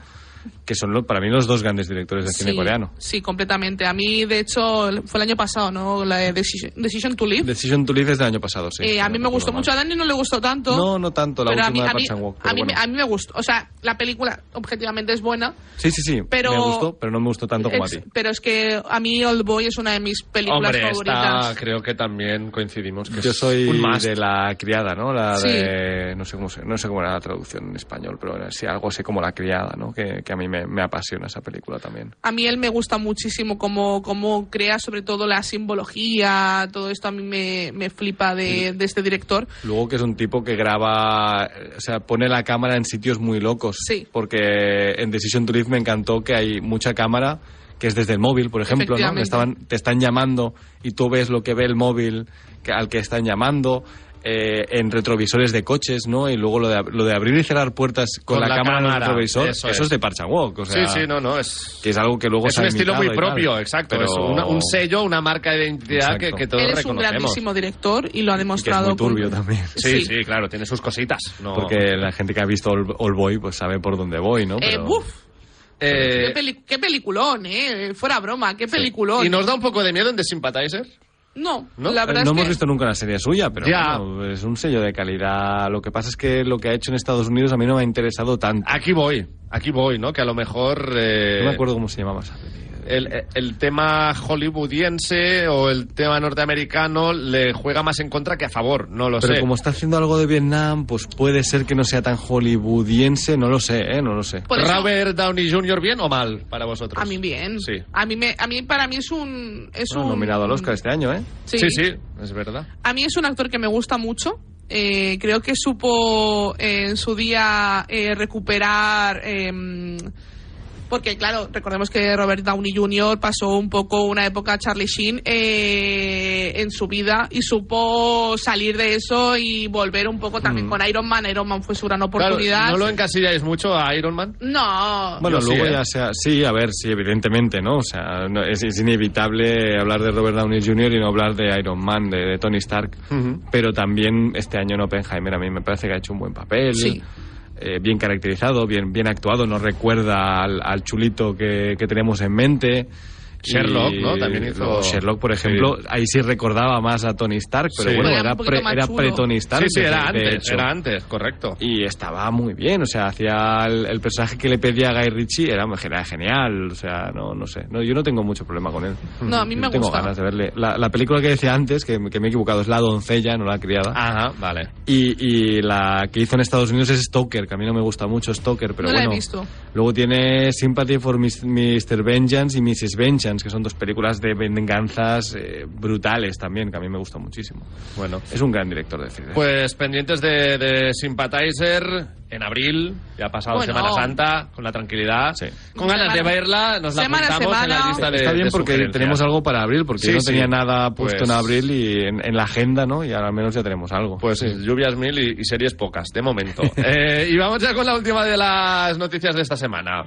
Speaker 4: que son lo- para mí los dos grandes directores de Pues cine coreano.
Speaker 3: Sí, completamente. A mí, de hecho, fue el año pasado, ¿no? La de Decision, Decision to Live.
Speaker 4: Decision to Live es del año pasado, sí.
Speaker 3: Eh, a mí me gustó mucho. A Dani no le gustó tanto.
Speaker 4: No, no tanto, la
Speaker 3: pero a mí,
Speaker 4: última de
Speaker 3: a, mí,
Speaker 4: Park Chan-wook,
Speaker 3: a,
Speaker 4: pero
Speaker 3: mí, me-
Speaker 4: bueno.
Speaker 3: a mí me gustó. O sea, la película objetivamente es buena.
Speaker 4: Sí, sí, sí.
Speaker 3: Pero-
Speaker 4: Me gustó, pero no me gustó tanto como a
Speaker 3: Ex-
Speaker 4: ti.
Speaker 3: Pero es que a mí Old Boy es una de mis películas
Speaker 2: Hombre,
Speaker 3: favoritas.
Speaker 2: esta creo que también coincidimos. Que
Speaker 4: Yo
Speaker 2: es
Speaker 4: soy
Speaker 2: un must.
Speaker 4: de la criada, ¿no? La
Speaker 3: Sí.
Speaker 4: de, no sé, cómo se- no sé cómo era la traducción en español, pero bueno, sí, algo sé como la criada, ¿no? Que, que a mí me, me apasiona esa película también.
Speaker 3: A mí él me gusta muchísimo cómo, cómo crea sobre todo la simbología, todo esto a mí me, me flipa de, de este director.
Speaker 4: Luego que es un tipo que graba, eh, o sea, pone la cámara en sitios muy locos.
Speaker 3: Sí.
Speaker 4: Porque en Decision to Live me encantó que hay mucha cámara que es desde el móvil, por ejemplo, ¿no?
Speaker 3: Efectivamente.
Speaker 4: Me estaban, te están llamando y tú ves lo que ve el móvil que- al que están llamando. eh, en retrovisores de coches, ¿no? Y luego lo de, ab- lo de abrir y cerrar puertas con,
Speaker 2: Con
Speaker 4: la,
Speaker 2: la
Speaker 4: cámara, en el
Speaker 2: cámara,
Speaker 4: retrovisor,
Speaker 2: eso
Speaker 4: eso,
Speaker 2: es.
Speaker 4: es de Parcha Walk, o sea,
Speaker 2: sí, sí, no, no. Es,
Speaker 4: que es algo que luego
Speaker 2: es
Speaker 4: se
Speaker 2: un
Speaker 4: ha
Speaker 2: estilo muy
Speaker 4: imitado y tal.
Speaker 2: propio, exacto.
Speaker 4: Pero-
Speaker 2: Es una- un sello, una marca de identidad
Speaker 4: Exacto.
Speaker 2: que, que todos
Speaker 3: Él es un
Speaker 2: reconocemos.
Speaker 3: grandísimo director y lo ha
Speaker 4: y que es muy
Speaker 3: demostrado. con-
Speaker 4: turbio también.
Speaker 2: Sí, sí,
Speaker 3: Sí. Eh,
Speaker 2: claro, tiene sus cositas. No.
Speaker 4: Porque la gente que ha visto All, All Boy pues sabe por dónde voy, ¿no?
Speaker 3: Eh,
Speaker 4: Pero-
Speaker 3: ¡buf!
Speaker 2: Eh,
Speaker 3: Qué, peli- qué peliculón, ¿eh? Fuera broma, qué peliculón.
Speaker 2: y nos da un poco de miedo en The Sympathizer.
Speaker 3: No,
Speaker 2: ¿No?
Speaker 3: la
Speaker 4: Eh,
Speaker 3: verdad
Speaker 4: no
Speaker 3: es
Speaker 4: hemos
Speaker 3: que
Speaker 4: visto nunca una serie suya, pero
Speaker 2: Ya.
Speaker 4: bueno, es un sello de calidad. Lo que pasa es que lo que ha hecho en Estados Unidos a mí no me ha interesado tanto.
Speaker 2: Aquí voy, aquí voy, ¿no? Que a lo mejor... Ah, eh,
Speaker 4: No me acuerdo cómo se llamaba esa peli.
Speaker 2: El, el tema hollywoodiense o el tema norteamericano le juega más en contra que a favor, no lo
Speaker 4: Pero
Speaker 2: sé.
Speaker 4: como está haciendo algo de Vietnam, pues puede ser que no sea tan hollywoodiense, no lo sé, ¿eh? No lo sé.
Speaker 3: por eso-
Speaker 2: ¿Robert Downey Jr. bien o mal para vosotros?
Speaker 3: a mí bien.
Speaker 2: Sí.
Speaker 3: A mí me, a mí para mí es un es
Speaker 4: Bueno,
Speaker 3: un
Speaker 4: nominado al Oscar este año, ¿eh?
Speaker 3: Sí.
Speaker 2: sí, sí, es verdad.
Speaker 3: A mí es un actor que me gusta mucho. Eh, creo que supo eh, en su día eh, recuperar. em, porque, claro, recordemos que Robert Downey Jr. pasó un poco una época Charlie Sheen eh, en su vida y supo salir de eso y volver un poco
Speaker 4: Mm.
Speaker 3: también con Iron Man. Iron Man fue su gran
Speaker 2: Claro,
Speaker 3: oportunidad.
Speaker 2: ¿No lo encasilláis mucho a Iron Man?
Speaker 3: No.
Speaker 4: Bueno,
Speaker 2: Yo
Speaker 4: luego
Speaker 2: sí, ¿eh?
Speaker 4: ya sea... Sí, a ver, sí, evidentemente, ¿no? O sea, no- es, es inevitable hablar de Robert Downey Jr. y no hablar de Iron Man, de, de Tony Stark.
Speaker 2: Ujú.
Speaker 4: Pero también este año en Oppenheimer a mí me parece que ha hecho un buen papel.
Speaker 3: Sí.
Speaker 4: eh, bien caracterizado, bien, bien actuado, nos recuerda al, al chulito que, que tenemos en mente.
Speaker 2: Sherlock,
Speaker 4: Y
Speaker 2: ¿no? También hizo-
Speaker 4: luego Sherlock, por ejemplo, ahí sí recordaba más a Tony Stark, pero
Speaker 2: Sí.
Speaker 4: bueno,
Speaker 3: Era un
Speaker 4: era,
Speaker 3: poquito
Speaker 4: pre,
Speaker 3: más
Speaker 4: era
Speaker 3: chulo.
Speaker 4: pre-Tony Stark.
Speaker 2: sí, sí,
Speaker 4: de-
Speaker 2: era
Speaker 4: de
Speaker 2: antes,
Speaker 4: hecho.
Speaker 2: era antes, correcto.
Speaker 4: Y estaba muy bien, o sea, hacía el, el personaje que le pedía a Guy Ritchie era, era genial, o sea, no, no sé, no, yo no tengo mucho problema con él.
Speaker 3: No, a mí me
Speaker 4: Yo tengo
Speaker 3: gusta.
Speaker 4: ganas de verle. La, la película que decía antes, que, que me he equivocado, es La doncella, no La criada.
Speaker 2: Ajá, vale.
Speaker 4: Y, y la que hizo en Estados Unidos es Stoker, que a mí no me gusta mucho Stoker, pero
Speaker 3: No la he
Speaker 4: bueno.
Speaker 3: visto.
Speaker 4: Luego tiene Sympathy for Mis- Mr. Vengeance y Mrs. Vengeance, que son dos películas de venganzas eh, brutales también, que a mí me gustan muchísimo.
Speaker 2: Bueno.
Speaker 4: Es un gran director de cine.
Speaker 2: Pues pendientes de, de Sympathizer en abril, ya ha pasado
Speaker 3: Bueno.
Speaker 2: Semana Santa, con la tranquilidad.
Speaker 4: Sí.
Speaker 2: Con ganas de
Speaker 3: Semana-
Speaker 2: verla, nos la
Speaker 3: semana a
Speaker 2: apuntamos en la
Speaker 3: semana.
Speaker 2: lista de
Speaker 4: Está bien
Speaker 2: de
Speaker 4: porque
Speaker 2: sugerencias.
Speaker 4: tenemos algo para abril, porque
Speaker 2: Sí,
Speaker 4: yo no
Speaker 2: sí.
Speaker 4: tenía nada puesto
Speaker 2: Pues-
Speaker 4: en abril y en, en la agenda, ¿no? Y ahora al menos ya tenemos algo.
Speaker 2: Pues lluvias mil y, y series pocas, de momento. <laughs> Eh, y vamos ya con la última de las noticias de esta semana.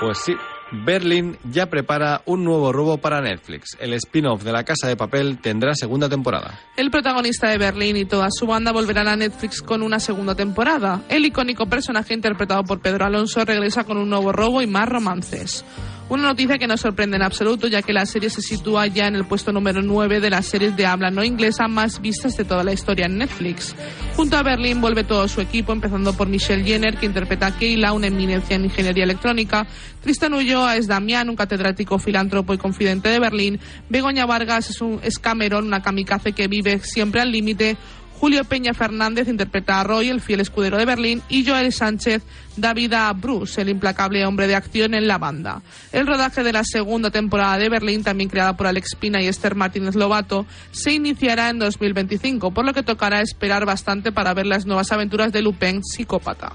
Speaker 4: Pues sí, Berlín ya prepara un nuevo robo para Netflix. El spin-off de La Casa de Papel tendrá segunda temporada.
Speaker 3: El protagonista de Berlín y toda su banda volverán a Netflix con una segunda temporada. El icónico personaje interpretado por Pedro Alonso regresa con un nuevo robo y más romances. Una noticia que no sorprende en absoluto, ya que la serie se sitúa ya en el puesto número 9 de las series de habla no inglesa más vistas de toda la historia en Netflix. Junto a Berlín vuelve todo su equipo, empezando por Michelle Jenner, que interpreta a Keila, una eminencia en ingeniería electrónica, Tristan Ulloa es Damián, un catedrático, filántropo y confidente de Berlín, Begoña Vargas es, un, es Cameron, una kamikaze que vive siempre al límite, Julio Peña Fernández interpreta a Roy, el fiel escudero de Berlín, y Joel Sánchez da vida a Bruce, el implacable hombre de acción en la banda. El rodaje de la segunda temporada de Berlín, también creada por Alex Pina y Esther Martínez Lobato, se iniciará en 2025, por lo que tocará esperar bastante para ver las nuevas aventuras de Lupin, psicópata.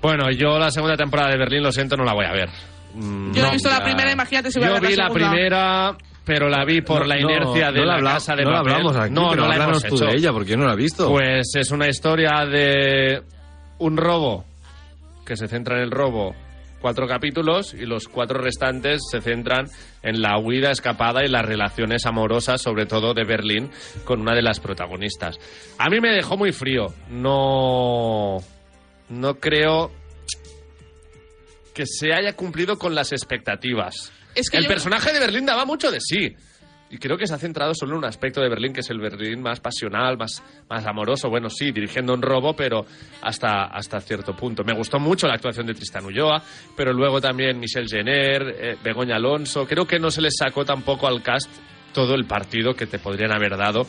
Speaker 2: Bueno, yo la segunda temporada de Berlín, lo siento, no la voy a ver. Mm,
Speaker 3: Yo no he
Speaker 2: no,
Speaker 3: visto la
Speaker 2: ya.
Speaker 3: primera, imagínate si voy a
Speaker 2: Yo
Speaker 3: ver la
Speaker 2: vi la
Speaker 3: segunda.
Speaker 2: primera, pero la vi por
Speaker 4: No,
Speaker 2: la
Speaker 4: no,
Speaker 2: inercia de
Speaker 4: no
Speaker 2: la
Speaker 4: habla-
Speaker 2: casa de
Speaker 4: no la
Speaker 2: papel.
Speaker 4: hablamos aquí,
Speaker 2: no,
Speaker 4: pero
Speaker 2: no la
Speaker 4: háblanos
Speaker 2: hemos
Speaker 4: tú
Speaker 2: hecho.
Speaker 4: de ella, porque yo no la he visto.
Speaker 2: Pues es una historia de un robo que se centra en el robo. Cuatro capítulos y los cuatro restantes se centran en la huida escapada y las relaciones amorosas, sobre todo de Berlín, con una de las protagonistas. A mí me dejó muy frío. No. No creo que se haya cumplido con las expectativas.
Speaker 3: Es que
Speaker 2: el
Speaker 3: yo-
Speaker 2: personaje de Berlín daba mucho de sí. Y creo que se ha centrado solo en un aspecto de Berlín, que es el Berlín más pasional, más, más amoroso. Bueno, sí, dirigiendo un robo, pero hasta, hasta cierto punto. Me gustó mucho la actuación de Tristan Ulloa, pero luego también Michelle Jenner, eh, Begoña Alonso. Creo que no se les sacó tampoco al cast todo el partido que te podrían haber dado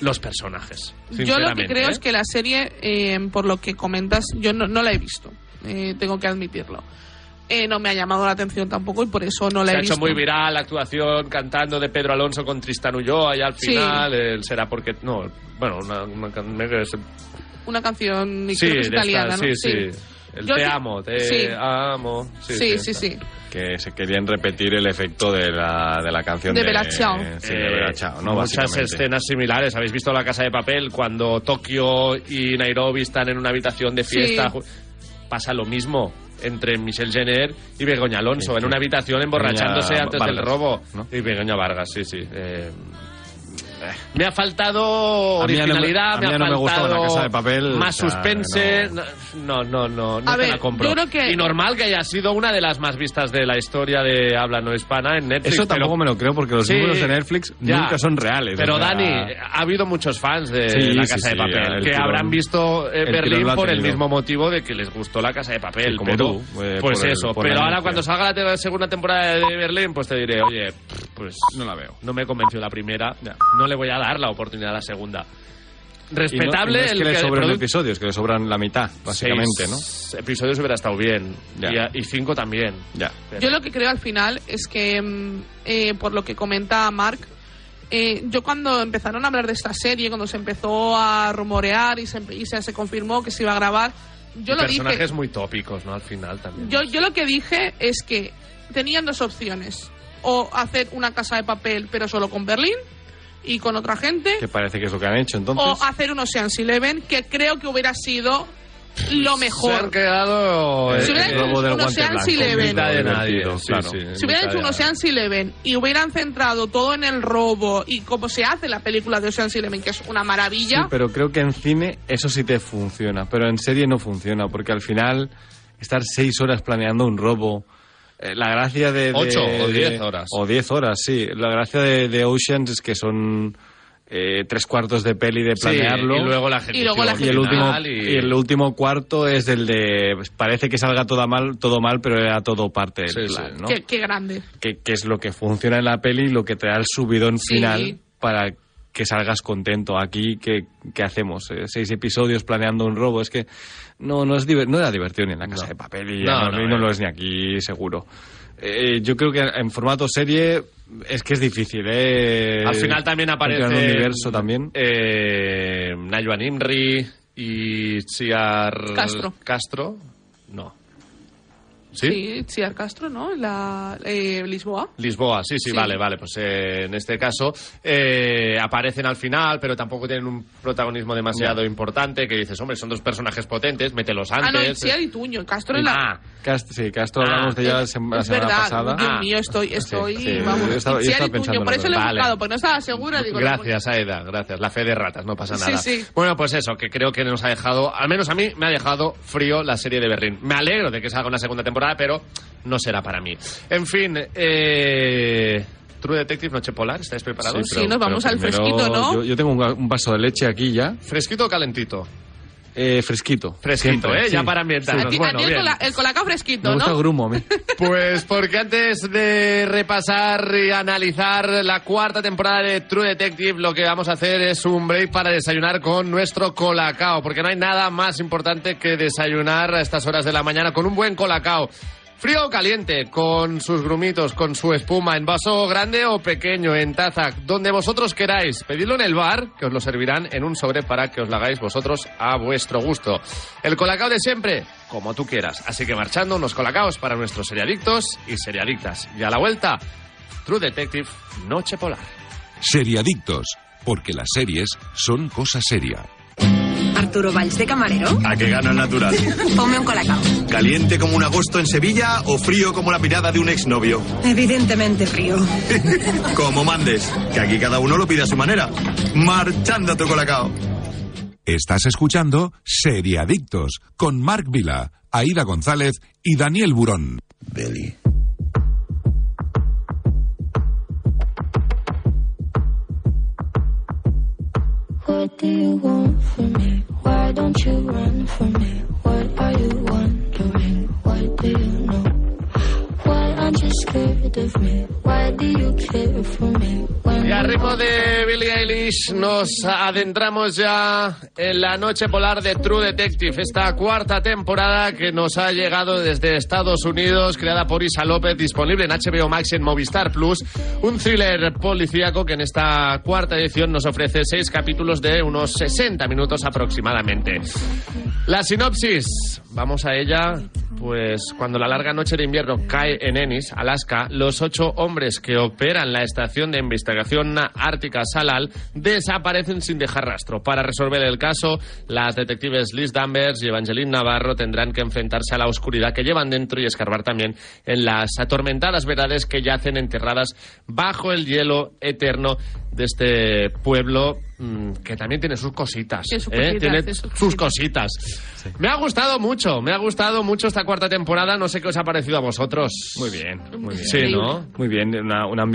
Speaker 2: los personajes.
Speaker 3: Yo lo que
Speaker 2: sinceramente,
Speaker 3: creo
Speaker 2: ¿eh?
Speaker 3: es que la serie, eh, por lo que comentas, yo no, no la he visto. eh, tengo que admitirlo. Eh, no me ha llamado la atención tampoco y por eso no la
Speaker 2: Se
Speaker 3: he
Speaker 2: ha
Speaker 3: visto.
Speaker 2: hecho muy viral la actuación cantando de Pedro Alonso con Tristan Ulloa y al
Speaker 3: Sí.
Speaker 2: final eh, será porque... No, bueno, una, una can- me- es-
Speaker 3: Una canción
Speaker 2: sí,
Speaker 3: creo que es
Speaker 2: de esta-
Speaker 3: italiana, ¿no?
Speaker 2: sí, sí. El
Speaker 3: Yo
Speaker 2: te
Speaker 3: que-
Speaker 2: amo, te
Speaker 3: sí.
Speaker 2: amo.
Speaker 3: Sí, sí, sí. sí.
Speaker 4: que se querían repetir el efecto de la, de la canción
Speaker 3: De Bella Ciao.
Speaker 4: Sí, de Bella Ciao, ¿no?
Speaker 2: Eh, muchas
Speaker 4: Básicamente.
Speaker 2: escenas similares. Habéis visto La Casa de Papel cuando Tokio y Nairobi están en una habitación de
Speaker 3: Sí.
Speaker 2: fiesta. Ju- Pasa lo mismo entre Michelle Jenner y Begoña Alonso en una habitación emborrachándose
Speaker 4: Begoña
Speaker 2: antes del
Speaker 4: Vargas,
Speaker 2: robo.
Speaker 4: ¿no?
Speaker 2: Y Begoña Vargas, sí, sí. Eh, Me ha faltado
Speaker 4: A mí ya no me-
Speaker 2: originalidad,
Speaker 4: a mí
Speaker 2: me,
Speaker 4: ya no
Speaker 2: ha
Speaker 4: me gustaba
Speaker 2: faltado
Speaker 4: La Casa de Papel,
Speaker 2: más
Speaker 4: o sea,
Speaker 2: suspense. No, no, no, no, no
Speaker 3: A
Speaker 2: te
Speaker 3: ver,
Speaker 2: la compro.
Speaker 3: yo creo que-
Speaker 2: Y normal que haya sido una de las más vistas de la historia de habla no hispana en Netflix.
Speaker 4: Eso tampoco
Speaker 2: pero-
Speaker 4: me lo creo porque los
Speaker 2: Sí,
Speaker 4: números de Netflix
Speaker 2: ya.
Speaker 4: nunca son reales.
Speaker 2: Pero
Speaker 4: o sea,
Speaker 2: Dani, ha habido muchos fans de
Speaker 4: Sí,
Speaker 2: La
Speaker 4: sí,
Speaker 2: Casa de
Speaker 4: sí,
Speaker 2: Papel
Speaker 4: el
Speaker 2: que
Speaker 4: tirón-
Speaker 2: habrán visto eh,
Speaker 4: el
Speaker 2: Berlín
Speaker 4: tirón lo ha
Speaker 2: por el
Speaker 4: tenido.
Speaker 2: mismo motivo de que les gustó La Casa de Papel.
Speaker 4: Sí, como
Speaker 2: pero-
Speaker 4: tú, eh,
Speaker 2: pues
Speaker 4: por el-
Speaker 2: eso.
Speaker 4: por la
Speaker 2: pero ahora
Speaker 4: anuncia.
Speaker 2: cuando salga la, te- la segunda temporada de Berlín, pues te diré, oye, pues
Speaker 4: No la veo.
Speaker 2: no me convenció la primera, no le voy a dar la oportunidad a la segunda.
Speaker 4: Y no- y no
Speaker 2: Respetable
Speaker 4: es que
Speaker 2: el
Speaker 4: le
Speaker 2: que
Speaker 4: sobran
Speaker 2: produ-
Speaker 4: episodios, que le sobran la mitad, básicamente, ¿no?
Speaker 2: seis Episodios hubiera estado bien.
Speaker 4: Ya.
Speaker 2: Y a- Y, cinco también.
Speaker 4: Ya.
Speaker 3: Yo lo que creo al final es que, mm, eh, por lo que comenta Mark, eh, yo cuando empezaron a hablar de esta serie, cuando se empezó a rumorear y se, empe- y se, se confirmó que se iba a grabar, yo lo dije.
Speaker 2: personajes muy tópicos, ¿no? Al final también.
Speaker 3: Yo, yo lo que dije es que tenían dos opciones. O hacer una casa de papel, pero solo con Berlín y con otra gente.
Speaker 4: Que parece que es lo que han hecho entonces.
Speaker 3: O ah, hacer un Ocean's Eleven, que creo que hubiera sido lo
Speaker 2: Se han
Speaker 3: mejor.
Speaker 2: quedado...
Speaker 3: Si
Speaker 2: eh,
Speaker 3: hubiera
Speaker 2: eh,
Speaker 3: hecho
Speaker 4: robo del
Speaker 3: un
Speaker 4: guante
Speaker 3: Ocean's
Speaker 4: blanco,
Speaker 3: Eleven.
Speaker 4: mitad de nadie,
Speaker 2: Divertido,
Speaker 4: sí,
Speaker 2: claro.
Speaker 4: sí.
Speaker 3: Si hubieran hecho un Ocean's Eleven y hubieran centrado todo en el robo y cómo se hace la película de Ocean's Eleven, que es una maravilla,
Speaker 4: Sí, pero creo que en cine eso sí te funciona, pero en serie no funciona, porque al final estar seis horas planeando un robo. eh, la gracia de. de-
Speaker 2: Ocho o
Speaker 4: de-
Speaker 2: diez horas.
Speaker 4: O diez horas, sí. La gracia de, de Oceans es que son eh, tres cuartos de peli de
Speaker 2: Sí,
Speaker 4: planearlo.
Speaker 2: y luego la gente
Speaker 3: Y luego la
Speaker 4: Y el último
Speaker 2: original y-
Speaker 4: y el último cuarto es del de pues, parece que salga todo mal todo mal pero era todo parte del
Speaker 2: Sí, sí.
Speaker 4: plan ¿no?
Speaker 3: qué, qué grande.
Speaker 4: Que, que es lo que funciona en la peli y lo que te da el subidón
Speaker 3: Sí.
Speaker 4: final para que salgas contento aquí que, que hacemos Eh, seis episodios planeando un robo es que no no es diver- no era divertido ni en la casa
Speaker 2: No.
Speaker 4: de papel y
Speaker 2: No,
Speaker 4: no,
Speaker 2: no,
Speaker 4: y no
Speaker 2: eh.
Speaker 4: lo es ni aquí seguro Eh, yo creo que en formato serie es que es difícil eh
Speaker 2: Al final también
Speaker 4: Porque
Speaker 2: aparece...
Speaker 4: en un universo también
Speaker 2: Eh, Nayuan Imri y Chiar...
Speaker 3: Castro.
Speaker 2: Castro. No. ¿Sí?
Speaker 3: Sí, Chiar Castro, ¿no? La, eh, Lisboa.
Speaker 2: Lisboa, sí, sí,
Speaker 3: Sí.
Speaker 2: vale, vale. Pues eh, en este caso eh, aparecen al final, pero tampoco tienen un protagonismo demasiado importante. Que dices, hombre, son dos personajes potentes, mételos antes.
Speaker 3: Ah, no, y
Speaker 4: eh,
Speaker 3: Chiar y Tuño. y Castro es la.
Speaker 2: Ah,
Speaker 4: Cast- sí, Castro
Speaker 2: Ah,
Speaker 4: hablamos de ella la
Speaker 3: es,
Speaker 4: sema- la
Speaker 3: es
Speaker 4: semana
Speaker 3: verdad,
Speaker 4: pasada
Speaker 3: Dios
Speaker 2: Ah.
Speaker 3: mío, estoy, estoy,
Speaker 4: sí,
Speaker 3: vamos.
Speaker 4: yo estaba- yo
Speaker 3: Chiar
Speaker 4: estaba
Speaker 3: y Tuño,
Speaker 4: pensando
Speaker 3: por
Speaker 4: en
Speaker 3: eso lo he
Speaker 2: vale.
Speaker 3: buscado, porque no estaba segura. Digo,
Speaker 2: Gracias, Aeda, gracias. La fe de ratas, no pasa
Speaker 3: Sí,
Speaker 2: nada.
Speaker 3: sí.
Speaker 2: Bueno, pues eso, que creo que nos ha dejado, al menos a mí, me ha dejado frío la serie de Berlín. Me alegro de que salga una segunda temporada, pero no será para mí. En fin, eh, True Detective, Noche Polar, ¿estáis preparados?
Speaker 3: Sí, nos vamos al
Speaker 4: primero
Speaker 3: fresquito, ¿no?
Speaker 4: Yo, yo tengo un, ga- un vaso de leche aquí ya,
Speaker 2: ¿Fresquito o calentito?
Speaker 4: eh, fresquito.
Speaker 2: Fresquito,
Speaker 4: siempre,
Speaker 2: ¿eh? Ya
Speaker 4: sí.
Speaker 2: para ambientarnos.
Speaker 3: A ti, a
Speaker 2: bueno,
Speaker 3: ti el,
Speaker 2: bien.
Speaker 3: cola- el colacao fresquito,
Speaker 4: Me gusta
Speaker 3: ¿no?
Speaker 4: el grumo a mí.
Speaker 2: Pues porque antes de repasar y analizar la cuarta temporada de True Detective, lo que vamos a hacer es un break para desayunar con nuestro colacao, porque no hay nada más importante que desayunar a estas horas de la mañana con un buen colacao. Frío o caliente, con sus grumitos, con su espuma, en vaso grande o pequeño, en taza, donde vosotros queráis. Pedidlo en el bar, que os lo servirán en un sobre para que os lo hagáis vosotros a vuestro gusto. El colacao de siempre, como tú quieras. Así que marchando unos colacaos para nuestros seriadictos y seriadictas. Y a la vuelta, True Detective, Noche Polar.
Speaker 1: Seriadictos, porque las series son cosa seria.
Speaker 9: Arturo Valls de camarero,
Speaker 8: A que gana el natural.
Speaker 9: ponme un colacao.
Speaker 8: ¿Caliente como un agosto en Sevilla o frío como la mirada de un exnovio?
Speaker 9: Evidentemente frío.
Speaker 8: Como mandes, que aquí cada uno lo pide a su manera. Marchando a tu colacao.
Speaker 1: Estás escuchando Seriadictos con Marc Vila, Aida González y Daniel Burón.
Speaker 7: Belly.
Speaker 5: What do you want from me? Why don't you run from me? What are you wondering? What do you know? Why aren't you scared of me? Why do you care for me? When
Speaker 2: Y a ritmo de Billie Eilish nos adentramos ya en la noche polar de True Detective, esta cuarta temporada que nos ha llegado desde Estados Unidos, creada por Isa López, disponible en HBO Max y en Movistar Plus, un thriller policíaco que en esta cuarta edición nos ofrece seis capítulos de unos 60 minutos aproximadamente. La sinopsis, vamos a ella. Pues cuando la larga noche de invierno cae en Ennis, Alaska, los ocho hombres que operan la estación de investigación Comisión Ártica Salal desaparecen sin dejar rastro. Para resolver el caso, las detectives Liz Danvers y Evangeline Navarro tendrán que enfrentarse a la oscuridad que llevan dentro y escarbar también en las atormentadas verdades que yacen enterradas bajo el hielo eterno de este pueblo mm, que también tiene sus cositas.
Speaker 3: Tiene sus
Speaker 2: ¿eh?
Speaker 3: cositas,
Speaker 2: Tiene
Speaker 3: tiene sus
Speaker 2: sus
Speaker 3: cositas.
Speaker 2: cositas. Me ha gustado mucho, me ha gustado mucho esta cuarta temporada. No sé qué os ha parecido a vosros.
Speaker 4: <laughs> Muy bien, muy bien.
Speaker 2: Sí, ¿no?
Speaker 4: Muy bien, una, una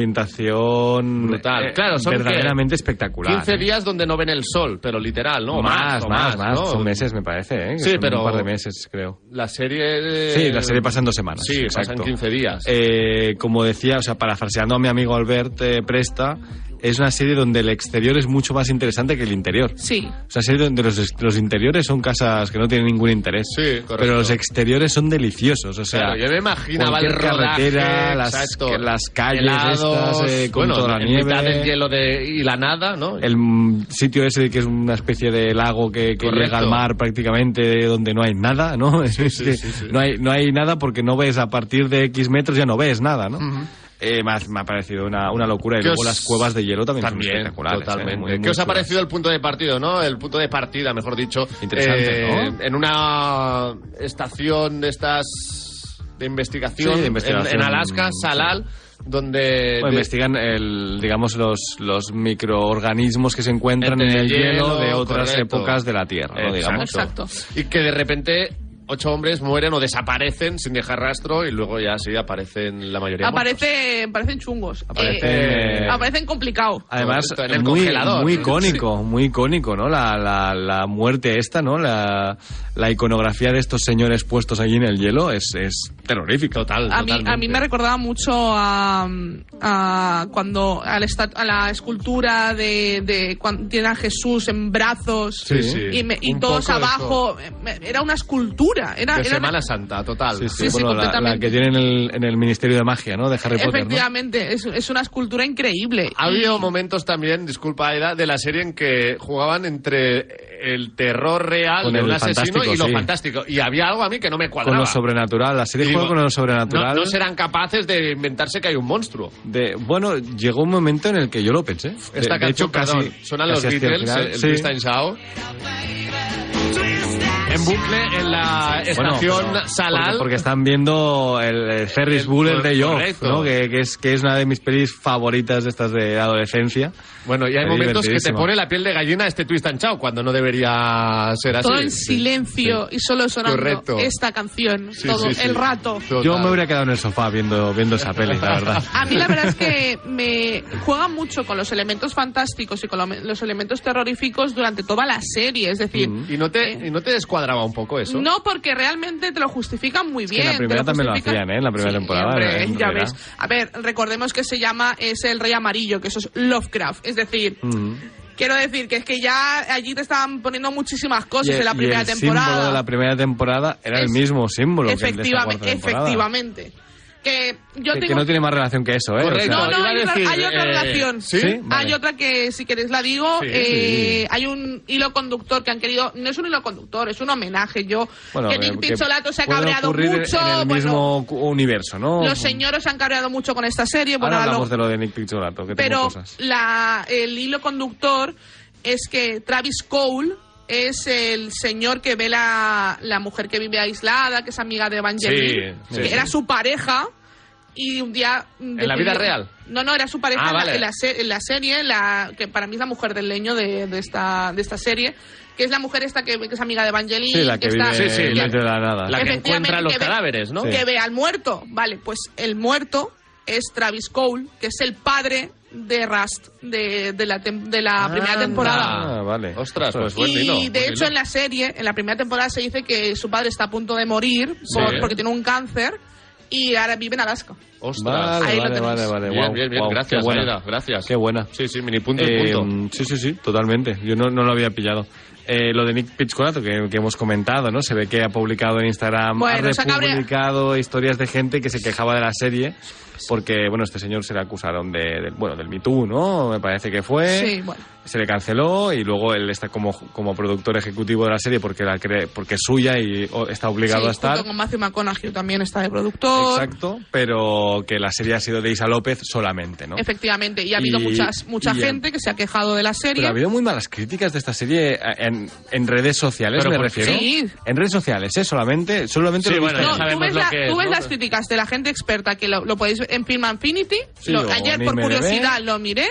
Speaker 4: ambientación
Speaker 2: Brutal.
Speaker 4: eh,
Speaker 2: Claro, son
Speaker 4: verdaderamente
Speaker 2: que
Speaker 4: espectacular.
Speaker 2: 15
Speaker 4: ¿eh?
Speaker 2: días donde no ven el sol, pero literal, ¿no? O
Speaker 4: más,
Speaker 2: o
Speaker 4: más, más,
Speaker 2: ¿no?
Speaker 4: Son meses, me parece, ¿eh?
Speaker 2: Sí,
Speaker 4: Son
Speaker 2: pero-
Speaker 4: Un par de meses, creo.
Speaker 2: La serie...
Speaker 4: Sí, la serie pasa en dos semanas.
Speaker 2: Sí, pasa en
Speaker 4: exacto.
Speaker 2: 15 días.
Speaker 4: Eh, como decía, o sea, parafraseando a mi amigo Albert eh, Presta, es una serie donde el exterior es mucho más interesante que el interior.
Speaker 3: Sí.
Speaker 4: Es una serie donde los, los interiores son casas que no tienen ningún interés.
Speaker 2: Sí, correcto.
Speaker 4: Pero los exteriores son deliciosos. O sea,
Speaker 2: Claro, yo me imaginaba el
Speaker 4: cualquier
Speaker 2: rodaje,
Speaker 4: carretera, las,
Speaker 2: exacto,
Speaker 4: que- las calles
Speaker 2: helados,
Speaker 4: estas, eh, con
Speaker 2: bueno,
Speaker 4: toda la
Speaker 2: en
Speaker 4: nieve.
Speaker 2: mitad del hielo de, y la nada, ¿no?
Speaker 4: El mm, sitio ese que es una especie de lago que, que
Speaker 2: Pues- Correcto.
Speaker 4: llega al mar prácticamente donde no hay nada, ¿no? <laughs> Es que
Speaker 2: sí, sí.
Speaker 4: No, hay, no hay nada porque no ves a partir de X metros ya no ves nada, ¿no? Eh, me, ha, me ha parecido una, una locura. Y
Speaker 2: ¿Qué
Speaker 4: luego
Speaker 2: os-
Speaker 4: las cuevas de hielo también, son espectaculares. ¿eh?
Speaker 2: Totalmente.
Speaker 4: Muy,
Speaker 2: ¿Qué
Speaker 4: muy
Speaker 2: os ha
Speaker 4: chulas.
Speaker 2: parecido el punto de partido, no? El punto de partida, mejor dicho. eh,
Speaker 4: Interesante, ¿no?
Speaker 2: En una estación de estas de investigación,
Speaker 4: Sí, de
Speaker 2: en-
Speaker 4: investigación,
Speaker 2: En, Alaska,
Speaker 4: sí.
Speaker 2: Salal, donde...
Speaker 4: Bueno,
Speaker 2: de-
Speaker 4: investigan el, digamos los, los microorganismos que se encuentran en
Speaker 2: Entre
Speaker 4: el
Speaker 2: hielo,
Speaker 4: hielo, de otras
Speaker 2: correcto.
Speaker 4: épocas de la Tierra, ¿no?
Speaker 2: Exacto.
Speaker 4: digamos.
Speaker 3: Exacto.
Speaker 2: Y que de repente ocho hombres mueren o desaparecen sin dejar rastro y luego ya sí aparecen la mayoría.
Speaker 3: Aparece, parecen chungos.
Speaker 4: Aparece-
Speaker 3: Eh, aparecen complicado.
Speaker 4: Además,
Speaker 2: Correcto, en el
Speaker 4: muy,
Speaker 2: congelador.
Speaker 4: muy icónico, muy icónico, ¿no? La, la, la muerte esta, ¿no? La, la iconografía de estos señores puestos allí en el hielo es, es terrorífica. Total,
Speaker 3: A mí, a mí me recordaba mucho a, a cuando a la, esta- a la escultura de, de cuando tiene a Jesús en brazos
Speaker 4: Sí, sí.
Speaker 3: y, me- y
Speaker 2: Un
Speaker 3: todos
Speaker 2: poco de
Speaker 3: abajo. Me- Era una escultura. Era,
Speaker 2: De
Speaker 3: era una-
Speaker 2: Semana Santa, total.
Speaker 4: Sí, sí,
Speaker 3: sí,
Speaker 4: bueno, la- la,
Speaker 3: completamente.
Speaker 4: que tienen en el, en el Ministerio de Magia, ¿no? De Harry Potter, ¿no?
Speaker 3: efectivamente, es, es una escultura increíble.
Speaker 2: Ha habido
Speaker 3: Y-
Speaker 2: momentos también, disculpa Aida, de la serie en que jugaban entre el terror real
Speaker 4: Con
Speaker 2: de
Speaker 4: el
Speaker 2: un asesino
Speaker 4: fantástico,
Speaker 2: y lo
Speaker 4: sí.
Speaker 2: fantástico. Y había algo a mí que no me
Speaker 4: Con
Speaker 2: cuadraba.
Speaker 4: lo sobrenatural, la serie
Speaker 2: Digo,
Speaker 4: juega con lo sobrenatural.
Speaker 2: No, no serán capaces de inventarse que hay un monstruo.
Speaker 4: De- bueno, llegó un momento en el que yo lo pensé. De-
Speaker 2: Esta
Speaker 4: de,
Speaker 2: canción,
Speaker 4: hecho, casi,
Speaker 2: perdón, suenan
Speaker 4: casi
Speaker 2: los
Speaker 4: hacia el
Speaker 2: Beatles, eh,
Speaker 4: final,
Speaker 2: el
Speaker 4: sí.
Speaker 2: Twist and Shout. En bucle en la
Speaker 4: Bueno,
Speaker 2: estación
Speaker 4: pero-
Speaker 2: Salal.
Speaker 4: Porque, porque están viendo el, eh, Ferris
Speaker 2: El-
Speaker 4: Bueller de Yo,
Speaker 2: correcto.
Speaker 4: ¿no? que, que es, que es una de mis pelis favoritas de estas de adolescencia.
Speaker 2: Bueno, y hay
Speaker 4: Es
Speaker 2: momentos que te
Speaker 4: divertidísima.
Speaker 2: pone la piel de gallina este Twist and Shout cuando no debería ser así.
Speaker 3: todo en silencio y solo sonando
Speaker 2: Correcto.
Speaker 3: esta canción
Speaker 2: Sí,
Speaker 3: todo
Speaker 2: sí, sí.
Speaker 3: el rato.
Speaker 2: Total.
Speaker 4: Yo me hubiera quedado en el sofá viendo, viendo esa peli, la
Speaker 2: <laughs>
Speaker 4: verdad.
Speaker 3: A mí la verdad es que me juega mucho con los elementos fantásticos y con lo- los elementos terroríficos durante toda la serie. Es decir,
Speaker 2: Mm, ¿Y no, te, ¿Y no te descuadraba un poco eso?
Speaker 3: no porque realmente te lo justifican muy
Speaker 4: que
Speaker 3: bien.
Speaker 4: en la
Speaker 3: te
Speaker 4: primera también lo
Speaker 3: justifican-
Speaker 4: hacían, ¿eh? En la primera
Speaker 3: Sí,
Speaker 4: temporada, ¿eh?
Speaker 3: hombre,
Speaker 4: en
Speaker 3: ya
Speaker 4: realidad.
Speaker 3: ves. A ver, recordemos que se llama es el Rey Amarillo, que eso es Lovecraft. Es decir,
Speaker 4: Mm.
Speaker 3: quiero decir que es que ya allí te estaban poniendo muchísimas cosas
Speaker 4: Y-
Speaker 3: en la
Speaker 4: y
Speaker 3: primera
Speaker 4: el símbolo
Speaker 3: temporada.
Speaker 4: de la primera temporada era el
Speaker 3: Es-
Speaker 4: mismo símbolo que el de esta cuarta
Speaker 3: efectivamente,
Speaker 4: temporada.
Speaker 3: efectivamente. Que yo
Speaker 4: Que, que
Speaker 3: tengo
Speaker 4: no tiene más relación que eso, ¿eh? O
Speaker 2: Correcto.
Speaker 4: sea,
Speaker 3: No, no,
Speaker 2: Iba a
Speaker 3: hay, otra-
Speaker 2: decir,
Speaker 3: hay otra
Speaker 2: eh,
Speaker 3: relación.
Speaker 2: ¿sí?
Speaker 4: ¿Sí?
Speaker 3: Hay
Speaker 4: Vale.
Speaker 3: otra que, si queréis, la digo.
Speaker 2: Sí,
Speaker 3: eh, Hay un hilo conductor que han querido. No es un hilo conductor, es un homenaje. Yo.
Speaker 4: bueno, eh,
Speaker 3: que Nick
Speaker 4: que
Speaker 3: Pizzolato se ha
Speaker 4: puede
Speaker 3: cabreado
Speaker 4: ocurrir en-
Speaker 3: mucho.
Speaker 4: En el
Speaker 3: bueno,
Speaker 4: mismo cu- universo, ¿no?
Speaker 3: los señores se han cabreado mucho con esta serie. Bueno,
Speaker 4: Ahora
Speaker 3: ahora lo-
Speaker 4: hablamos de lo de Nick Pizzolato, que tengo
Speaker 3: pero
Speaker 4: cosas.
Speaker 3: la, el hilo conductor es que Travis Cole es el señor que ve la, la mujer que vive aislada, que es amiga de Evangeline,
Speaker 2: Sí, sí,
Speaker 3: que
Speaker 2: sí.
Speaker 3: era su pareja y un día... ¿En
Speaker 2: la vida real?
Speaker 3: No, no, era su pareja
Speaker 2: Ah,
Speaker 3: en, la-
Speaker 2: vale.
Speaker 3: en la, se- en la serie, la, que para mí es la mujer del leño de, de esta, de esta serie, que es la mujer esta que, que es amiga de Evangeline.
Speaker 4: Sí, la que vive
Speaker 3: está-
Speaker 2: Sí, sí,
Speaker 4: en
Speaker 2: la-
Speaker 4: medio de la nada.
Speaker 2: La que
Speaker 3: Efectivamente,
Speaker 2: encuentra los
Speaker 3: que ve-
Speaker 2: cadáveres, ¿no?
Speaker 4: Sí.
Speaker 3: que ve al muerto. Vale, pues el muerto es Travis Cole, que es el padre de Rust de, de la, tem- de la primera
Speaker 2: Anda.
Speaker 3: temporada.
Speaker 4: Ah, vale.
Speaker 2: Ostras, pues buen
Speaker 3: y
Speaker 2: hilo, buen
Speaker 3: de hecho
Speaker 2: hilo.
Speaker 3: en la serie, en la primera temporada se dice que su padre está a punto de morir por-
Speaker 2: Sí.
Speaker 3: porque tiene un cáncer y ahora vive en Alaska.
Speaker 2: Ostras.
Speaker 4: Vale,
Speaker 3: Ahí lo
Speaker 4: vale,
Speaker 3: tenéis.
Speaker 4: vale, vale.
Speaker 2: Bien,
Speaker 4: Guau,
Speaker 2: bien, bien.
Speaker 4: guau,
Speaker 2: gracias,
Speaker 4: qué buena.
Speaker 2: Aida, gracias.
Speaker 4: Qué buena.
Speaker 2: Sí, sí, mini punto y
Speaker 4: Eh,
Speaker 2: punto.
Speaker 4: Sí, sí, sí, totalmente. Yo no, no lo había pillado. Eh, lo de Nick Pizzolato que, que hemos comentado, ¿no? Se ve que ha publicado en Instagram,
Speaker 3: Bueno, se
Speaker 4: ha
Speaker 3: ha cabreado.
Speaker 4: republicado historias de gente que se quejaba de la serie porque, bueno, este señor se le acusaron de, del- bueno, del Me Too, ¿no? Me parece que fue.
Speaker 3: Sí, bueno.
Speaker 4: Se le canceló y luego él está como, como productor ejecutivo de la serie porque, la cree- porque es suya y o, está
Speaker 3: Sí,
Speaker 4: obligado a
Speaker 3: junto
Speaker 4: estar.
Speaker 3: con Matthew McConaughey también está de productor.
Speaker 4: Exacto, pero pero que la serie ha sido de Isa López solamente, ¿no?
Speaker 3: Efectivamente, y ha habido
Speaker 4: Y-
Speaker 3: muchas, mucha
Speaker 4: y, eh,
Speaker 3: gente que se ha quejado de la serie.
Speaker 4: Pero ha habido muy malas críticas de esta serie eh, en, en redes sociales,
Speaker 2: Pero
Speaker 4: me
Speaker 2: por-
Speaker 4: refiero.
Speaker 3: Sí.
Speaker 4: En redes sociales, ¿eh? Solamente, solamente
Speaker 2: Sí,
Speaker 4: lo he visto
Speaker 2: bueno,
Speaker 4: en
Speaker 2: ya
Speaker 3: No, tú
Speaker 4: redes
Speaker 2: sabemos
Speaker 3: ves,
Speaker 2: lo
Speaker 3: la-
Speaker 2: que es,
Speaker 3: tú ves
Speaker 2: ¿no?
Speaker 3: las críticas de la gente experta que lo, lo podéis ver en Film Infinity.
Speaker 4: Sí,
Speaker 3: Lo-
Speaker 4: o
Speaker 3: ayer,
Speaker 4: en
Speaker 3: por
Speaker 4: IMDb.
Speaker 3: curiosidad, lo miré.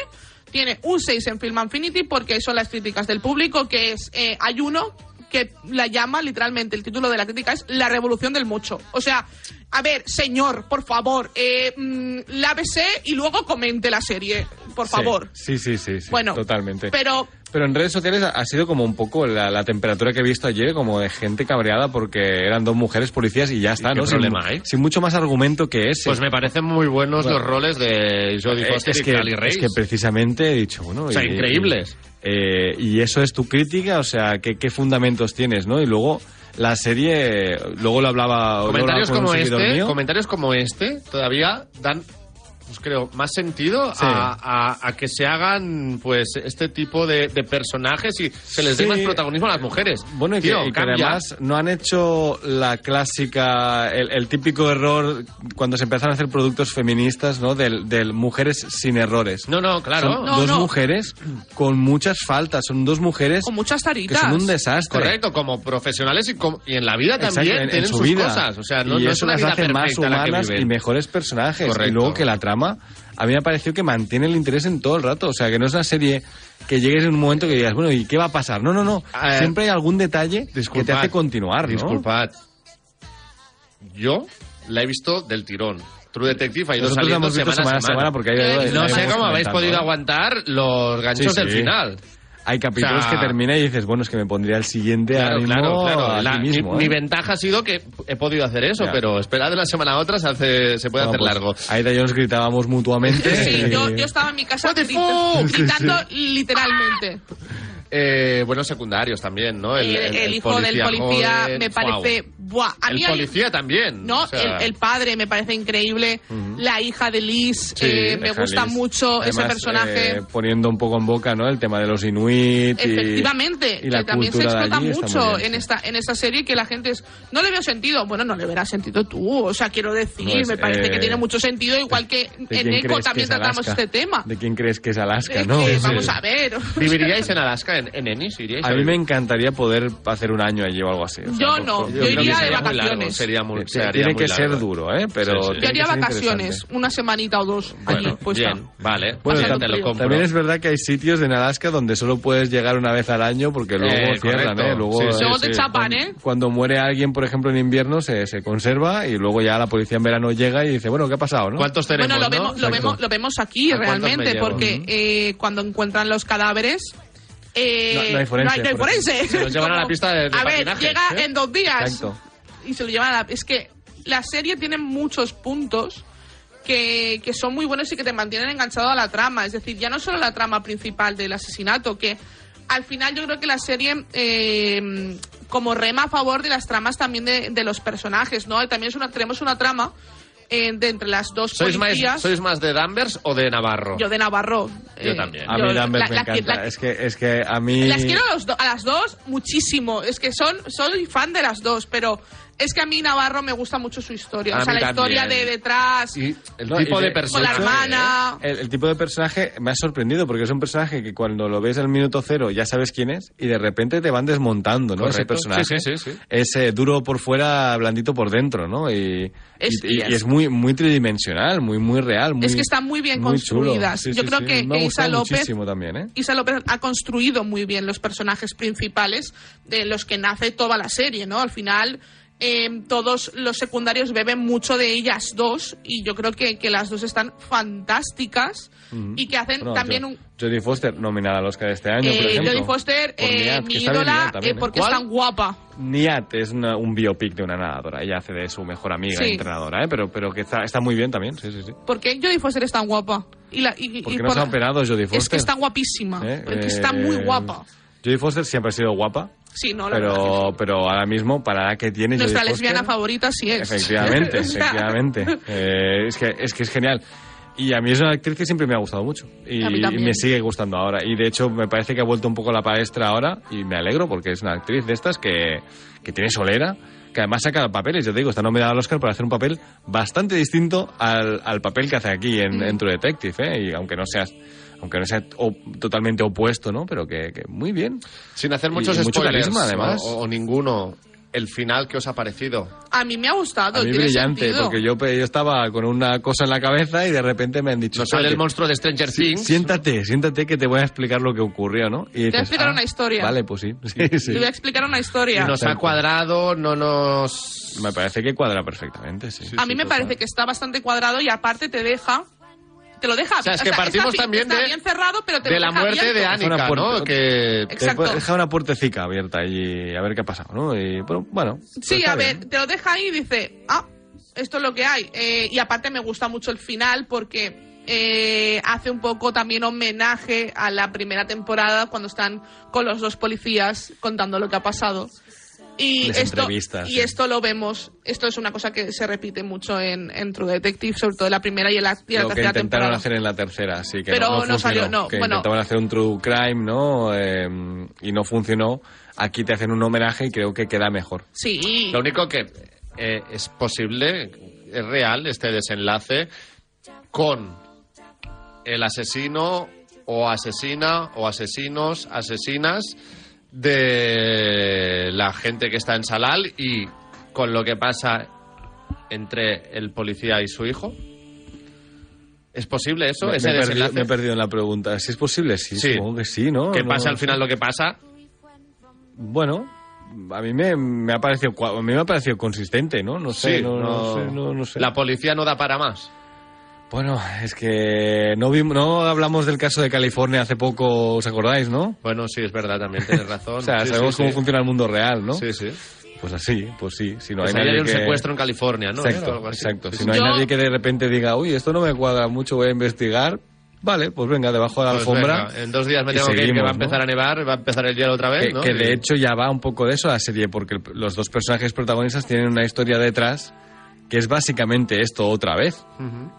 Speaker 3: Tiene un 6 en Film Infinity porque son las críticas del público, que es... eh, hay uno que la llama literalmente, el título de la crítica es La revolución del mucho. O sea, a ver, señor, por favor, eh, mm, lávese y luego comente la serie, por
Speaker 4: Sí,
Speaker 3: favor.
Speaker 4: Sí, sí, sí, sí,
Speaker 3: Bueno,
Speaker 4: totalmente.
Speaker 3: Pero
Speaker 4: Pero en redes sociales ha- ha sido como un poco la, la temperatura que he visto ayer, como de gente cabreada porque eran dos mujeres policías y ya está,
Speaker 2: qué
Speaker 4: ¿no? Sin-
Speaker 2: problema
Speaker 4: sin,
Speaker 2: hay?
Speaker 4: mucho más argumento que ese.
Speaker 2: Pues me parecen muy buenos
Speaker 4: Bueno.
Speaker 2: los roles de Jodie
Speaker 4: Eh, es,
Speaker 2: Foster y
Speaker 4: que,
Speaker 2: Cali Reis.
Speaker 4: es que precisamente he dicho, bueno...
Speaker 2: O sea,
Speaker 4: y-
Speaker 2: increíbles.
Speaker 4: Y, eh, y eso es tu crítica, o sea, ¿qué, qué fundamentos tienes, no? Y luego la serie, luego lo hablaba... luego lo hablaba
Speaker 2: comentarios
Speaker 4: con un
Speaker 2: como
Speaker 4: seguidor
Speaker 2: este,
Speaker 4: mío.
Speaker 2: comentarios como este todavía dan pues creo más sentido
Speaker 4: Sí.
Speaker 2: a, a- a que se hagan pues este tipo de, de personajes y se les dé
Speaker 4: Sí.
Speaker 2: más protagonismo a las mujeres.
Speaker 4: Bueno, y,
Speaker 2: Tío,
Speaker 4: que, y que
Speaker 2: cambia.
Speaker 4: además no han hecho la clásica, el, el típico error cuando se empezaron a hacer productos feministas, ¿no? Del, del mujeres sin errores.
Speaker 2: No, no, claro.
Speaker 4: Son
Speaker 3: No,
Speaker 4: dos
Speaker 3: no.
Speaker 4: mujeres con muchas faltas, son dos mujeres
Speaker 3: con muchas
Speaker 4: que
Speaker 3: taritas.
Speaker 4: son un desastre.
Speaker 2: Correcto, como profesionales y, com- y en la vida
Speaker 4: Exacto,
Speaker 2: también
Speaker 4: en- en
Speaker 2: tienen
Speaker 4: su
Speaker 2: sus
Speaker 4: vida.
Speaker 2: cosas. O sea, no,
Speaker 4: y
Speaker 2: no es
Speaker 4: eso
Speaker 2: una
Speaker 4: las
Speaker 2: vida
Speaker 4: hace
Speaker 2: perfecta
Speaker 4: más
Speaker 2: la que
Speaker 4: humanas
Speaker 2: viven.
Speaker 4: y mejores personajes.
Speaker 2: Correcto.
Speaker 4: Y luego que la trama, a mí me ha parecido que mantiene el interés en todo el rato. O sea, que no es una serie que llegues en un momento que digas, bueno, ¿y qué va a pasar? No, no, no.
Speaker 2: Eh,
Speaker 4: Siempre hay algún detalle que te
Speaker 2: Disculpad,
Speaker 4: hace continuar, ¿no?
Speaker 2: Disculpad. Yo la he visto del tirón. True Detective ha ido
Speaker 4: Nosotros la
Speaker 2: saliendo
Speaker 4: hemos visto
Speaker 2: semana a semana.
Speaker 4: porque hay,
Speaker 3: Yo he visto
Speaker 4: la
Speaker 2: No
Speaker 3: Lo
Speaker 2: sé
Speaker 4: hemos
Speaker 2: cómo habéis
Speaker 4: comentado,
Speaker 2: podido
Speaker 4: ¿eh?
Speaker 2: aguantar los ganchos
Speaker 4: Sí, sí.
Speaker 2: del final.
Speaker 4: Hay capítulos
Speaker 2: O sea,
Speaker 4: que termina y dices, bueno, es que me pondría el siguiente
Speaker 2: Claro,
Speaker 4: ánimo
Speaker 2: claro, claro.
Speaker 4: a
Speaker 2: La-
Speaker 4: ti
Speaker 2: mi,
Speaker 4: mismo,
Speaker 2: mi
Speaker 4: ¿eh?
Speaker 2: ventaja ha sido que he podido hacer eso,
Speaker 4: Ya.
Speaker 2: pero esperad de una semana a otra se, hace- se puede
Speaker 4: Bueno,
Speaker 2: hacer
Speaker 4: pues,
Speaker 2: largo.
Speaker 4: Aida y yo nos gritábamos mutuamente.
Speaker 3: Sí,
Speaker 4: eh,
Speaker 3: yo, yo estaba en mi casa
Speaker 2: What the
Speaker 3: grita-
Speaker 2: fuck?
Speaker 3: gritando literalmente.
Speaker 2: Eh, buenos secundarios también, ¿no?
Speaker 3: Eh, El, el hijo del policía
Speaker 2: joven,
Speaker 3: me
Speaker 2: guau.
Speaker 3: parece... Buah, a mí
Speaker 2: El
Speaker 3: hay-
Speaker 2: policía también.
Speaker 3: No,
Speaker 2: o sea,
Speaker 3: el, el padre me parece increíble. La hija de Liz,
Speaker 4: Sí,
Speaker 3: eh, me
Speaker 4: deja
Speaker 3: gusta
Speaker 4: Liz.
Speaker 3: mucho ese
Speaker 4: Además,
Speaker 3: personaje.
Speaker 4: eh, poniendo un poco en boca, ¿no? El tema de los inuit. y-
Speaker 3: Efectivamente,
Speaker 4: y la
Speaker 3: que también se
Speaker 4: cultura de
Speaker 3: explota
Speaker 4: allí está muy
Speaker 3: mucho
Speaker 4: bien,
Speaker 3: en
Speaker 4: sí.
Speaker 3: esta en esta serie que la gente es, no le veo sentido. Bueno, no le verás sentido tú, o sea, quiero decir,
Speaker 4: No es,
Speaker 3: me parece
Speaker 4: eh,
Speaker 3: que tiene mucho sentido, igual que
Speaker 4: ¿De
Speaker 3: en
Speaker 4: quién
Speaker 3: Eco
Speaker 4: crees que
Speaker 3: también
Speaker 4: es
Speaker 3: tratamos
Speaker 4: Alaska?
Speaker 3: este tema.
Speaker 4: ¿De quién crees que es Alaska,
Speaker 3: Es
Speaker 4: no?
Speaker 3: que,
Speaker 4: Sí.
Speaker 3: vamos a ver. <laughs>
Speaker 2: ¿Viviríais en Alaska, en, en Ennis? ¿Iríais
Speaker 4: A mí me
Speaker 2: vivir?
Speaker 4: encantaría poder hacer un año allí o algo así. o sea,
Speaker 3: Yo
Speaker 4: por-
Speaker 3: no,
Speaker 4: por-
Speaker 3: yo
Speaker 2: creo
Speaker 3: iría de
Speaker 2: que sería muy largo,
Speaker 3: vacaciones.
Speaker 2: sería muy- se haría
Speaker 4: Tiene
Speaker 2: muy
Speaker 4: que ser
Speaker 2: largo.
Speaker 4: duro, ¿eh? Pero
Speaker 2: Sí, sí.
Speaker 4: tiene
Speaker 3: Yo haría
Speaker 4: que ser
Speaker 3: vacaciones,
Speaker 4: interesante.
Speaker 3: una semanita o dos allí pues
Speaker 2: Bueno,
Speaker 3: puesta.
Speaker 2: bien, vale.
Speaker 4: Bueno,
Speaker 2: Pues
Speaker 4: tam-
Speaker 2: te lo compro.
Speaker 4: también es verdad que hay sitios en Alaska donde solo puedes llegar una vez al año porque luego
Speaker 2: Eh,
Speaker 4: cierran,
Speaker 2: correcto.
Speaker 4: ¿eh? Luego,
Speaker 2: Sí, sí,
Speaker 4: eh,
Speaker 3: Luego te chapan, ¿eh?
Speaker 4: Cuando muere alguien, por ejemplo, en invierno, se, se conserva y luego ya la policía en verano llega y dice, bueno, ¿qué ha pasado, no?
Speaker 2: ¿Cuántos tenemos,
Speaker 3: bueno, lo,
Speaker 2: no?
Speaker 3: vemos, lo,
Speaker 4: Exacto.
Speaker 3: vemos, lo vemos aquí
Speaker 2: ¿A cuántos Mm. me
Speaker 3: realmente,
Speaker 2: llevo?
Speaker 3: porque eh, cuando encuentran los cadáveres. eh,
Speaker 4: No- no hay forense,
Speaker 3: no hay
Speaker 4: por ejemplo.
Speaker 3: forense.
Speaker 2: Se los llevan a la
Speaker 3: Como,
Speaker 2: pista de- de
Speaker 3: <laughs> A ver,
Speaker 2: patinaje,
Speaker 3: llega
Speaker 2: ¿eh?
Speaker 3: en dos días.
Speaker 4: Exacto.
Speaker 3: Y se lo llevan a la. Es que la serie tiene muchos puntos. Que, que son muy buenos y que te mantienen enganchado a la trama. Es decir, ya no solo la trama principal del asesinato, que al final yo creo que la serie eh, como rema a favor de las tramas también de, de los personajes, ¿no? Y también es una, tenemos una trama eh, de entre las dos
Speaker 2: ¿Sois más,
Speaker 3: policías.
Speaker 2: ¿Sois más de Danvers o de Navarro?
Speaker 3: Yo de Navarro. eh,
Speaker 2: Yo también.
Speaker 4: A
Speaker 3: yo-
Speaker 4: mí Danvers
Speaker 3: la-
Speaker 4: me
Speaker 3: la-
Speaker 4: encanta.
Speaker 3: la-
Speaker 4: es, que, es que a mí...
Speaker 3: Las quiero a, los do- a las dos muchísimo. Es que son soy fan de las dos, pero es que a mí Navarro me gusta mucho su historia.
Speaker 2: A
Speaker 3: o sea,
Speaker 2: mí
Speaker 3: la historia
Speaker 2: también.
Speaker 3: de detrás.
Speaker 2: Y el
Speaker 4: No,
Speaker 2: tipo
Speaker 4: y
Speaker 2: de
Speaker 4: de-
Speaker 3: con la
Speaker 2: persona.
Speaker 3: hermana.
Speaker 4: El, el tipo de personaje me ha sorprendido porque es un personaje que cuando lo ves al minuto cero ya sabes quién es y de repente te van desmontando, ¿no? Ese
Speaker 2: Correcto.
Speaker 4: personaje.
Speaker 2: Sí, sí, sí, sí.
Speaker 4: Es eh, duro por fuera, blandito por dentro, ¿no? Y
Speaker 3: Es-
Speaker 4: y- y-
Speaker 3: y
Speaker 4: y
Speaker 3: es-
Speaker 4: es muy muy tridimensional, muy muy real. Muy,
Speaker 3: Es que están muy bien
Speaker 4: chulo.
Speaker 3: construidas.
Speaker 4: Sí,
Speaker 3: Yo
Speaker 4: sí,
Speaker 3: creo
Speaker 4: sí.
Speaker 3: que
Speaker 4: me ha
Speaker 3: Isa
Speaker 4: gustado
Speaker 3: López-
Speaker 4: muchísimo también, ¿eh?
Speaker 3: Isa López ha construido muy bien los personajes principales de los que nace toda la serie, ¿no? Al final, eh, todos los secundarios beben mucho de ellas dos y yo creo que, que las dos están fantásticas y que hacen
Speaker 4: Bueno,
Speaker 3: también
Speaker 4: Jo-
Speaker 3: un...
Speaker 4: Jodie Foster nominada al Oscar este año, por
Speaker 3: Eh,
Speaker 4: ejemplo.
Speaker 3: Jodie Foster,
Speaker 4: Por
Speaker 3: eh,
Speaker 4: Niat, que
Speaker 3: mi
Speaker 4: está bien
Speaker 3: ídola,
Speaker 4: Niat también,
Speaker 3: eh,
Speaker 4: ¿eh?
Speaker 3: porque
Speaker 2: ¿Cuál?
Speaker 3: es tan guapa.
Speaker 4: Niat es una- un biopic de una nadadora. Ella hace de su mejor amiga,
Speaker 3: Sí.
Speaker 4: entrenadora, ¿eh? pero, pero que está, está muy bien también. Sí, sí, sí.
Speaker 3: ¿Por qué Jodie Foster es tan guapa? Y la, y, y
Speaker 4: ¿Por qué no
Speaker 3: por
Speaker 4: se ha
Speaker 3: la-
Speaker 4: operado Jodie Foster?
Speaker 3: Es que está guapísima.
Speaker 4: ¿Eh?
Speaker 3: es que está muy
Speaker 4: Eh,
Speaker 3: guapa.
Speaker 4: Jodie Foster siempre ha sido guapa,
Speaker 3: Sí, no, la verdad que sí.
Speaker 4: pero, pero ahora mismo, para la edad que tiene
Speaker 3: Nuestra
Speaker 4: Jodie Foster-
Speaker 3: lesbiana favorita sí es. <laughs>
Speaker 4: Efectivamente,
Speaker 3: O sea,
Speaker 4: efectivamente. Eh, es, que, es que es genial. Y a mí es una actriz que siempre me ha gustado mucho. Y,
Speaker 3: A mí también.
Speaker 4: y me sigue gustando ahora. Y de hecho, me parece que ha vuelto un poco a la palestra ahora. Y me alegro porque es una actriz de estas que, que tiene solera. que además saca papeles. Yo te digo, está nominada al Oscar por hacer un papel bastante distinto al, al papel que hace aquí
Speaker 3: Mm.
Speaker 4: en, en True Detective, ¿eh? Y aunque no seas aunque no sea o- totalmente opuesto, ¿no? Pero que, que muy bien.
Speaker 2: Sin hacer
Speaker 4: Y-
Speaker 2: muchos
Speaker 4: y mucho
Speaker 2: spoilers,
Speaker 4: carisma, además.
Speaker 2: O, o ninguno. El final que os ha parecido.
Speaker 3: A mí me ha gustado.
Speaker 4: A mí
Speaker 3: tiene
Speaker 4: brillante,
Speaker 3: sentido.
Speaker 4: porque yo, pe- yo estaba con una cosa en la cabeza y de repente me han dicho...
Speaker 2: Nos sale
Speaker 4: "Oye,
Speaker 2: el monstruo de Stranger
Speaker 4: sí,
Speaker 2: Things.
Speaker 4: siéntate, siéntate que te voy a explicar lo que ocurrió, ¿no? Y
Speaker 3: voy a explicar una historia".
Speaker 4: Vale, pues sí. <laughs> sí, sí.
Speaker 3: Te voy a explicar una
Speaker 2: y
Speaker 3: historia.
Speaker 2: nos ha cuadrado, no nos.
Speaker 4: Me parece que cuadra perfectamente, sí.
Speaker 3: a mí me parece que está bastante cuadrado y aparte te deja. Te lo deja.
Speaker 2: O sea, es que partimos
Speaker 3: está, fi-
Speaker 2: también
Speaker 3: está
Speaker 2: de-
Speaker 3: bien cerrado, pero te
Speaker 2: de
Speaker 3: lo
Speaker 2: la
Speaker 3: deja
Speaker 2: muerte
Speaker 3: abierto.
Speaker 2: de
Speaker 4: Es una
Speaker 2: Annika,
Speaker 4: puerta-
Speaker 2: ¿no? Que
Speaker 4: Te
Speaker 3: Exacto.
Speaker 4: puede- Deja una puertecica abierta y a ver qué ha pasado, ¿no? Y, bueno, bueno,
Speaker 3: Sí,
Speaker 4: Pues está
Speaker 3: a
Speaker 4: bien.
Speaker 3: ver, te lo deja ahí y dice, ah, esto es lo que hay. Eh, y aparte me gusta mucho el final porque eh, hace un poco también homenaje a la primera temporada cuando están con los dos policías contando lo que ha pasado. Y
Speaker 4: Les
Speaker 3: esto,
Speaker 4: entrevistas,
Speaker 3: y
Speaker 4: sí.
Speaker 3: esto lo vemos, esto es una cosa que se repite mucho en, en True Detective, sobre todo en la primera y en la, y en la
Speaker 4: Lo que
Speaker 3: tercera
Speaker 4: intentaron
Speaker 3: temporada.
Speaker 4: hacer en la tercera, sí que
Speaker 3: Pero
Speaker 4: no,
Speaker 3: no salió,
Speaker 4: funcionó,
Speaker 3: no,
Speaker 4: que
Speaker 3: bueno.
Speaker 4: intentaban hacer un true crime, ¿no? Eh, y no funcionó. Aquí te hacen un homenaje y creo que queda mejor.
Speaker 3: Sí, y-
Speaker 2: Lo único que eh, es posible, es real este desenlace con el asesino o asesina o asesinos, asesinas de la gente que está en Salal y con lo que pasa entre el policía y su hijo. ¿Es posible eso?
Speaker 4: me,
Speaker 2: ese
Speaker 4: me he perdido-
Speaker 2: desenlace.
Speaker 4: me he perdido en la pregunta. Si es posible, sí,
Speaker 2: Sí.
Speaker 4: supongo que sí, ¿no?
Speaker 2: ¿Qué
Speaker 4: No-
Speaker 2: pasa al final lo que pasa?
Speaker 4: Bueno, a mí me, me ha parecido cua- a mí me ha parecido consistente, ¿no? No sé,
Speaker 2: Sí,
Speaker 4: no, no sé, no- no sé.
Speaker 2: La policía no da para más.
Speaker 4: Bueno, es que no vimos, no hablamos del caso de California hace poco, ¿os acordáis, no?
Speaker 2: Bueno, sí, es verdad, también tienes razón.
Speaker 4: O sea,
Speaker 2: Sí, sí,
Speaker 4: sabemos cómo
Speaker 2: sí.
Speaker 4: funciona el mundo real, ¿no?
Speaker 2: Sí, sí.
Speaker 4: Pues así, pues sí. Si no
Speaker 2: Pues
Speaker 4: hay
Speaker 2: ahí
Speaker 4: nadie
Speaker 2: hay un
Speaker 4: que-
Speaker 2: secuestro en California, ¿no?
Speaker 4: Exacto,
Speaker 2: Era algo así.
Speaker 4: exacto.
Speaker 2: Sí,
Speaker 4: Si
Speaker 2: sí.
Speaker 4: no hay
Speaker 3: Yo-
Speaker 4: nadie que de repente diga, uy, esto no me cuadra mucho, voy a investigar. Vale, pues venga, debajo de la
Speaker 2: Pues
Speaker 4: alfombra.
Speaker 2: venga, en dos días me
Speaker 4: y
Speaker 2: tengo que ir, que
Speaker 4: seguimos,
Speaker 2: va a empezar
Speaker 4: ¿no?
Speaker 2: a nevar, va a empezar el hielo otra vez,
Speaker 4: que,
Speaker 2: ¿no?
Speaker 4: que de
Speaker 2: Y-
Speaker 4: hecho ya va un poco de eso la serie, porque el- los dos personajes protagonistas tienen una historia detrás que es básicamente esto otra vez.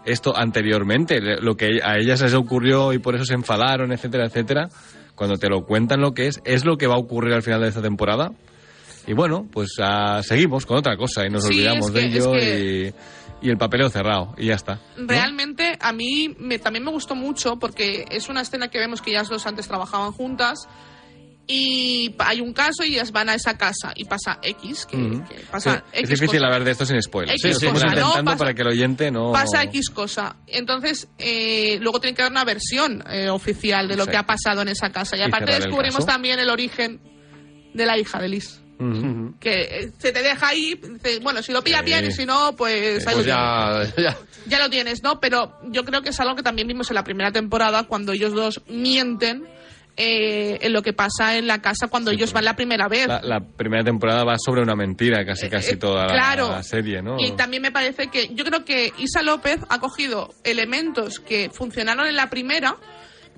Speaker 4: Esto anteriormente, le- lo que a ellas les ocurrió y por eso se enfadaron, etcétera, etcétera. Cuando te lo cuentan lo que es, es lo que va a ocurrir al final de esta temporada. Y bueno, pues ah, seguimos con otra cosa y nos
Speaker 3: Sí,
Speaker 4: olvidamos
Speaker 3: es que- Ah,
Speaker 4: de ello
Speaker 3: es
Speaker 4: y, y el papeleo cerrado y ya está. ¿no?
Speaker 3: Realmente a mí me, también me gustó mucho porque es una escena que vemos que ellas dos antes trabajaban juntas y pa- hay un caso y ellas van a esa casa y pasa X, que,
Speaker 4: Ujú.
Speaker 3: que pasa
Speaker 4: Sí, es
Speaker 3: X
Speaker 4: difícil
Speaker 3: cosa.
Speaker 4: hablar de esto sin spoilers.
Speaker 3: X
Speaker 4: estamos
Speaker 2: cosa, ¿no?
Speaker 4: intentando
Speaker 3: Pasa-
Speaker 4: para que el oyente no...
Speaker 3: Pasa X cosa. Entonces, eh, luego tiene que haber una versión eh, oficial de lo que
Speaker 4: Exacto.
Speaker 3: ha pasado en esa casa. Y
Speaker 4: Y
Speaker 3: aparte
Speaker 4: cerrar el
Speaker 3: descubrimos
Speaker 4: caso.
Speaker 3: también el origen de la hija de Liz.
Speaker 4: Ujú.
Speaker 3: Que eh, se te deja ahí, dices, bueno, si lo pillas
Speaker 4: Sí.
Speaker 3: bien y si no, pues... ahí
Speaker 2: Pues
Speaker 3: lo tienes.
Speaker 2: ya, ya.
Speaker 3: ya lo tienes, ¿no? Pero yo creo que es algo que también vimos en la primera temporada cuando ellos dos mienten eh, en lo que pasa en la casa cuando ellos van la primera vez.
Speaker 4: La, la primera temporada va sobre una mentira, casi casi
Speaker 3: Eh,
Speaker 4: toda la,
Speaker 3: claro.
Speaker 4: la serie, ¿no?
Speaker 3: Y también me parece que yo creo que Isa López ha cogido elementos que funcionaron en la primera,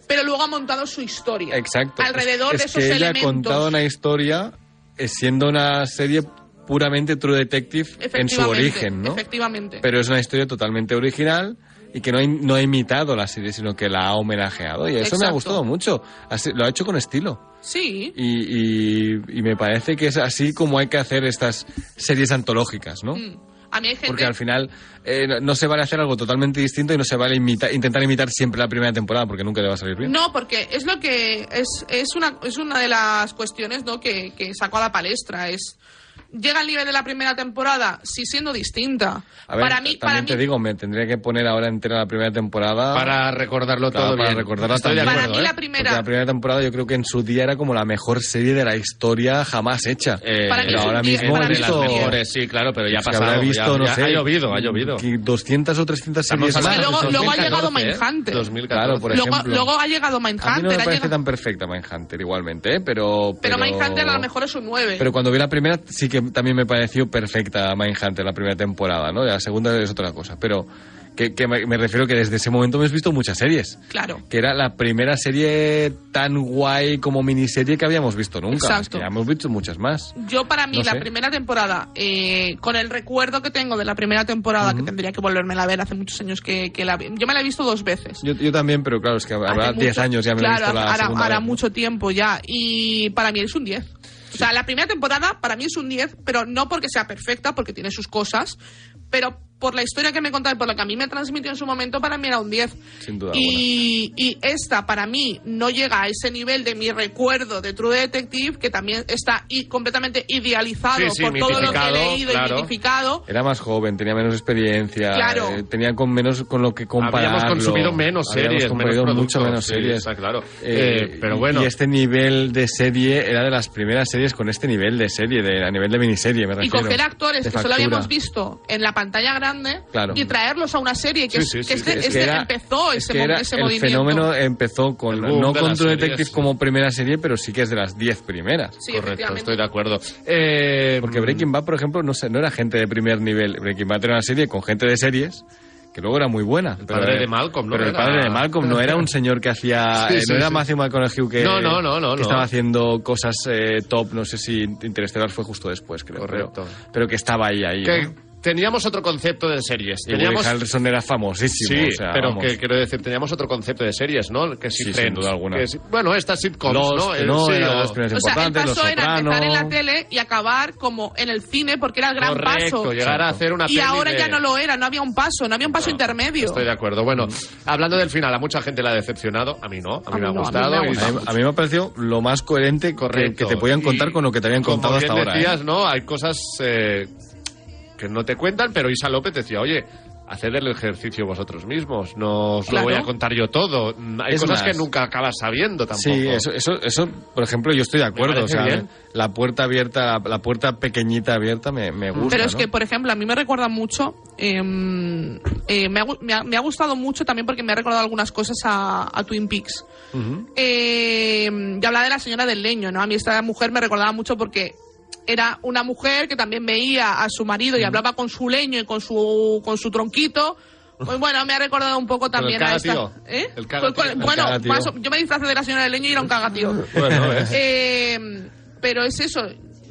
Speaker 3: pero luego ha montado su historia.
Speaker 4: Exacto.
Speaker 3: Alrededor
Speaker 4: es,
Speaker 3: de
Speaker 4: es
Speaker 3: esos
Speaker 4: que ella
Speaker 3: elementos.
Speaker 4: ha contado una historia eh, siendo una serie puramente True Detective en su
Speaker 3: Efectivamente,
Speaker 4: origen, ¿no?
Speaker 3: Efectivamente.
Speaker 4: Pero es una historia totalmente original y que no ha, in- no ha imitado la serie, sino que la ha homenajeado. Y eso me ha
Speaker 3: Exacto.
Speaker 4: gustado mucho. Así- lo ha hecho con estilo.
Speaker 3: sí.
Speaker 4: Y, y- y me parece que es así como hay que hacer estas series antológicas, ¿no?
Speaker 3: Mm. A mí hay gente
Speaker 4: Porque al final eh, no- no se vale hacer algo totalmente distinto y no se vale imita- intentar imitar siempre la primera temporada porque nunca le va a salir bien.
Speaker 3: No, porque es lo que es, es una es una de las cuestiones ¿no? que, que sacó a la palestra es llega al nivel de la primera temporada sí siendo distinta.
Speaker 4: A ver,
Speaker 3: para mí
Speaker 4: también
Speaker 3: para mí
Speaker 4: te digo, me tendría que poner ahora entera la primera temporada
Speaker 2: Para recordarlo
Speaker 4: claro,
Speaker 2: todo
Speaker 4: para
Speaker 2: bien.
Speaker 4: recordarla
Speaker 2: Estoy de
Speaker 4: también.
Speaker 3: Para
Speaker 2: acuerdo,
Speaker 3: mí
Speaker 2: ¿eh?
Speaker 3: la primera
Speaker 4: Porque la primera temporada yo creo que en su día era como la mejor serie de la historia jamás hecha.
Speaker 2: Eh,
Speaker 3: para mí
Speaker 4: pero
Speaker 3: es un
Speaker 4: ahora
Speaker 3: día-
Speaker 4: mismo
Speaker 3: para
Speaker 4: he
Speaker 3: mí
Speaker 2: entre
Speaker 3: es
Speaker 2: las
Speaker 4: visto...
Speaker 3: un día.
Speaker 2: mejores, sí, claro, pero ya ha
Speaker 4: es que
Speaker 2: pasado.
Speaker 4: habrá visto,
Speaker 2: ya-
Speaker 4: no
Speaker 2: ya
Speaker 4: sé,
Speaker 2: Ha llovido, ha llovido.
Speaker 4: que 200 o 300 series
Speaker 3: hablando
Speaker 4: más.
Speaker 3: de luego-
Speaker 2: de
Speaker 3: luego ha llegado
Speaker 2: 2014, ¿eh?
Speaker 3: Mindhunter.
Speaker 2: 2014.
Speaker 4: Claro, por
Speaker 3: luego,
Speaker 4: ejemplo.
Speaker 3: luego ha llegado
Speaker 4: A mí no
Speaker 3: Mindhunter,
Speaker 4: me
Speaker 3: ha
Speaker 4: parece
Speaker 3: llegado-
Speaker 4: tan perfecta Mindhunter igualmente, ¿eh? pero...
Speaker 3: pero Mindhunter a lo mejor es un 9.
Speaker 4: Pero cuando vi la primera sí que también me pareció perfecta Mindhunter, la primera temporada, ¿no? La segunda es otra cosa, pero que, que me, me refiero que desde ese momento me has visto muchas series.
Speaker 3: Claro.
Speaker 4: Que era la primera serie tan guay como miniserie que habíamos visto nunca.
Speaker 3: Exacto.
Speaker 4: Es que ya hemos visto muchas más.
Speaker 3: Yo para mí
Speaker 4: No
Speaker 3: la
Speaker 4: sé.
Speaker 3: primera temporada, eh, con el recuerdo que tengo de la primera temporada, que tendría que volverme a ver hace muchos años que, que la vi, yo me la he visto dos veces.
Speaker 4: Yo, yo también, pero claro, es que
Speaker 3: Hace
Speaker 4: habrá
Speaker 3: mucho-
Speaker 4: 10 años ya me lo he
Speaker 3: claro,
Speaker 4: visto la
Speaker 3: hará,
Speaker 4: segunda
Speaker 3: hará
Speaker 4: vez, ¿no?
Speaker 3: mucho tiempo ya. Y para mí es un 10. O sea, la primera temporada para mí es un 10, pero no porque sea perfecta, porque tiene sus cosas, pero por la historia que me contaba y por lo que a mí me transmitió en su momento, para mí era un 10.
Speaker 4: Sin duda
Speaker 3: Y, y esta para mí no llega a ese nivel de mi recuerdo de True Detective, que también está i- completamente idealizado
Speaker 2: Sí, sí,
Speaker 3: por todo lo que he
Speaker 2: mitificado,
Speaker 3: leído
Speaker 2: claro.
Speaker 3: y mitificado.
Speaker 4: Era más joven, tenía menos experiencia,
Speaker 3: Claro.
Speaker 4: eh, tenía con menos con lo que compararlo.
Speaker 2: Habíamos consumido menos
Speaker 4: Habíamos
Speaker 2: series, menos
Speaker 4: consumido
Speaker 2: productos,
Speaker 4: mucho menos
Speaker 2: sí,
Speaker 4: series.
Speaker 2: está claro. Eh, pero bueno.
Speaker 4: Y este nivel de serie era de las primeras series con este nivel de serie, de, a nivel de miniserie, me
Speaker 3: Y
Speaker 4: refiero.
Speaker 3: coger actores
Speaker 4: de
Speaker 3: que solo
Speaker 4: factura.
Speaker 3: habíamos visto en la pantalla grande
Speaker 4: Claro.
Speaker 3: y traerlos a una serie que,
Speaker 2: Sí,
Speaker 3: es,
Speaker 2: sí,
Speaker 3: que
Speaker 2: sí,
Speaker 3: este-
Speaker 2: sí.
Speaker 4: Es
Speaker 3: este
Speaker 4: que era-
Speaker 3: empezó
Speaker 4: es
Speaker 3: ese,
Speaker 4: que
Speaker 3: mo-
Speaker 4: era-
Speaker 3: ese
Speaker 4: el
Speaker 3: movimiento.
Speaker 4: fenómeno empezó con
Speaker 2: El boom
Speaker 4: no
Speaker 2: de
Speaker 4: con
Speaker 2: las
Speaker 4: True
Speaker 2: series,
Speaker 4: Detective
Speaker 2: sí.
Speaker 4: como primera serie, pero sí que es de las 10 primeras.
Speaker 3: Sí,
Speaker 2: Correcto,
Speaker 3: efectivamente.
Speaker 2: estoy de acuerdo. Eh,
Speaker 4: Porque Breaking Bad, por ejemplo, no, sé, no era gente de primer nivel. Breaking Bad era una serie con gente de series que luego era muy buena. El
Speaker 2: padre de Malcolm, ¿no?
Speaker 4: Pero el
Speaker 2: Era-
Speaker 4: padre de Malcolm no era un señor que hacía...
Speaker 2: <laughs> Sí,
Speaker 4: eh,
Speaker 2: sí,
Speaker 4: no era
Speaker 2: sí.
Speaker 4: Matthew McConaughey que,
Speaker 2: No, no, no, no,
Speaker 4: que
Speaker 2: no.
Speaker 4: estaba haciendo cosas eh, top. No sé si Interestelar fue justo después, creo. pero-
Speaker 2: Correcto.
Speaker 4: Pero, que estaba ahí, ahí.
Speaker 2: que
Speaker 4: ¿no?
Speaker 2: teníamos otro concepto de series.
Speaker 4: Y Woody
Speaker 2: Teníamos
Speaker 4: Harrelson era famosísimo.
Speaker 2: Sí,
Speaker 4: o sea,
Speaker 2: pero
Speaker 4: vamos.
Speaker 2: que quiero decir, teníamos otro concepto de series, ¿no? Que
Speaker 4: Sí,
Speaker 2: si
Speaker 4: sin
Speaker 2: Friends,
Speaker 4: duda alguna.
Speaker 2: que si- bueno, estas sitcoms,
Speaker 4: Lost,
Speaker 2: ¿no? Eh,
Speaker 4: que no
Speaker 2: sí,
Speaker 4: era
Speaker 2: o-
Speaker 4: las primeras
Speaker 3: O sea, el
Speaker 4: importantes, Los
Speaker 3: paso era empezar en la
Speaker 4: Soprano.
Speaker 3: tele y acabar como en el cine porque era el gran
Speaker 2: Correcto,
Speaker 3: paso.
Speaker 2: llegar a
Speaker 4: Exacto.
Speaker 2: hacer una
Speaker 3: y
Speaker 2: peli
Speaker 3: ahora
Speaker 2: de-
Speaker 3: ya no lo era, no había un paso, no había un paso intermedio.
Speaker 2: Estoy de acuerdo.
Speaker 4: Mm.
Speaker 2: Bueno, hablando del final, a mucha gente la ha decepcionado, a mí no, a mí,
Speaker 3: no, a
Speaker 2: me, ha
Speaker 3: mí me
Speaker 2: gustado,
Speaker 3: ha
Speaker 2: y-
Speaker 4: A mí, a mí me ha parecido lo más coherente que-
Speaker 2: Correcto.
Speaker 4: que, te podían
Speaker 2: Y
Speaker 4: contar con lo que te habían
Speaker 2: como
Speaker 4: contado
Speaker 2: bien
Speaker 4: hasta ahora. ¿eh?
Speaker 2: decías, ¿no? Hay cosas eh, que no te cuentan, pero Isa López decía, oye, haced el ejercicio vosotros mismos, no os
Speaker 3: Claro.
Speaker 2: lo voy a contar yo todo. Mm, Hay
Speaker 4: Es más.
Speaker 2: cosas que nunca acabas sabiendo tampoco.
Speaker 4: Sí, eso, eso, eso, por ejemplo, yo estoy de acuerdo. O
Speaker 2: parece
Speaker 4: sea,
Speaker 2: bien.
Speaker 4: la puerta abierta, la, la puerta pequeñita abierta me, me gusta.
Speaker 3: Pero es
Speaker 4: ¿no?
Speaker 3: que, por ejemplo, a mí me recuerda mucho. eh, eh, me, ha, gu- me ha- me ha gustado mucho también porque me ha recordado algunas cosas a, a Twin Peaks. Eh, ya hablaba de la señora del leño, ¿no? A mí esta mujer me recordaba mucho porque era una mujer que también veía a su marido y hablaba con su leño y con su, con su tronquito. Pues bueno, me ha recordado un poco también a esta.
Speaker 2: cagatío.
Speaker 3: ¿Eh?
Speaker 2: El cagatío.
Speaker 3: Pues,
Speaker 2: El
Speaker 3: bueno,
Speaker 4: cagatío.
Speaker 3: más o- yo me disfrazé de la señora del leño y era un
Speaker 2: <laughs>
Speaker 3: cagatío. <laughs>
Speaker 2: Bueno, ¿ves?
Speaker 3: Eh, pero es eso.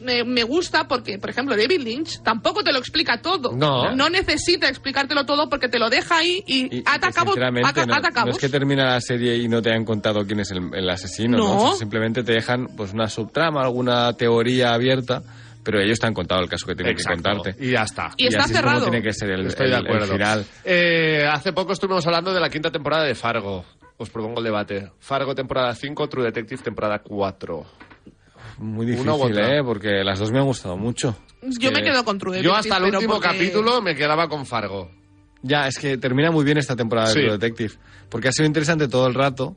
Speaker 3: Me, me gusta porque, por ejemplo, David Lynch tampoco te lo explica todo.
Speaker 2: No.
Speaker 3: necesita explicártelo todo porque te lo deja ahí y,
Speaker 4: Y- y que,
Speaker 3: atacamos.
Speaker 4: sinceramente, no, no es que termina la serie y no te han contado quién es el, el asesino. ¿no?
Speaker 3: No.
Speaker 4: O sea, simplemente te dejan pues una subtrama, alguna teoría abierta, pero ellos te han contado el caso que tienen
Speaker 2: Exacto.
Speaker 4: que contarte.
Speaker 2: Y ya está.
Speaker 3: Y está
Speaker 4: así es como
Speaker 3: cerrado.
Speaker 4: tiene que ser el,
Speaker 2: Estoy de
Speaker 4: el- el
Speaker 2: acuerdo.
Speaker 4: final.
Speaker 2: Eh, hace poco estuvimos hablando de la quinta temporada de Fargo. Os propongo el debate. Fargo temporada 5, True Detective temporada 4.
Speaker 4: Muy
Speaker 2: Una u
Speaker 4: difícil,
Speaker 2: otra.
Speaker 4: ¿eh? Porque las dos me han gustado mucho.
Speaker 3: Yo me quedo con True
Speaker 2: Yo
Speaker 3: Detective,
Speaker 2: hasta el
Speaker 3: pero
Speaker 2: último
Speaker 3: porque-
Speaker 2: capítulo me quedaba con Fargo.
Speaker 4: Ya, es que termina muy bien esta temporada
Speaker 2: Sí.
Speaker 4: de True Detective. Porque ha sido interesante todo el rato,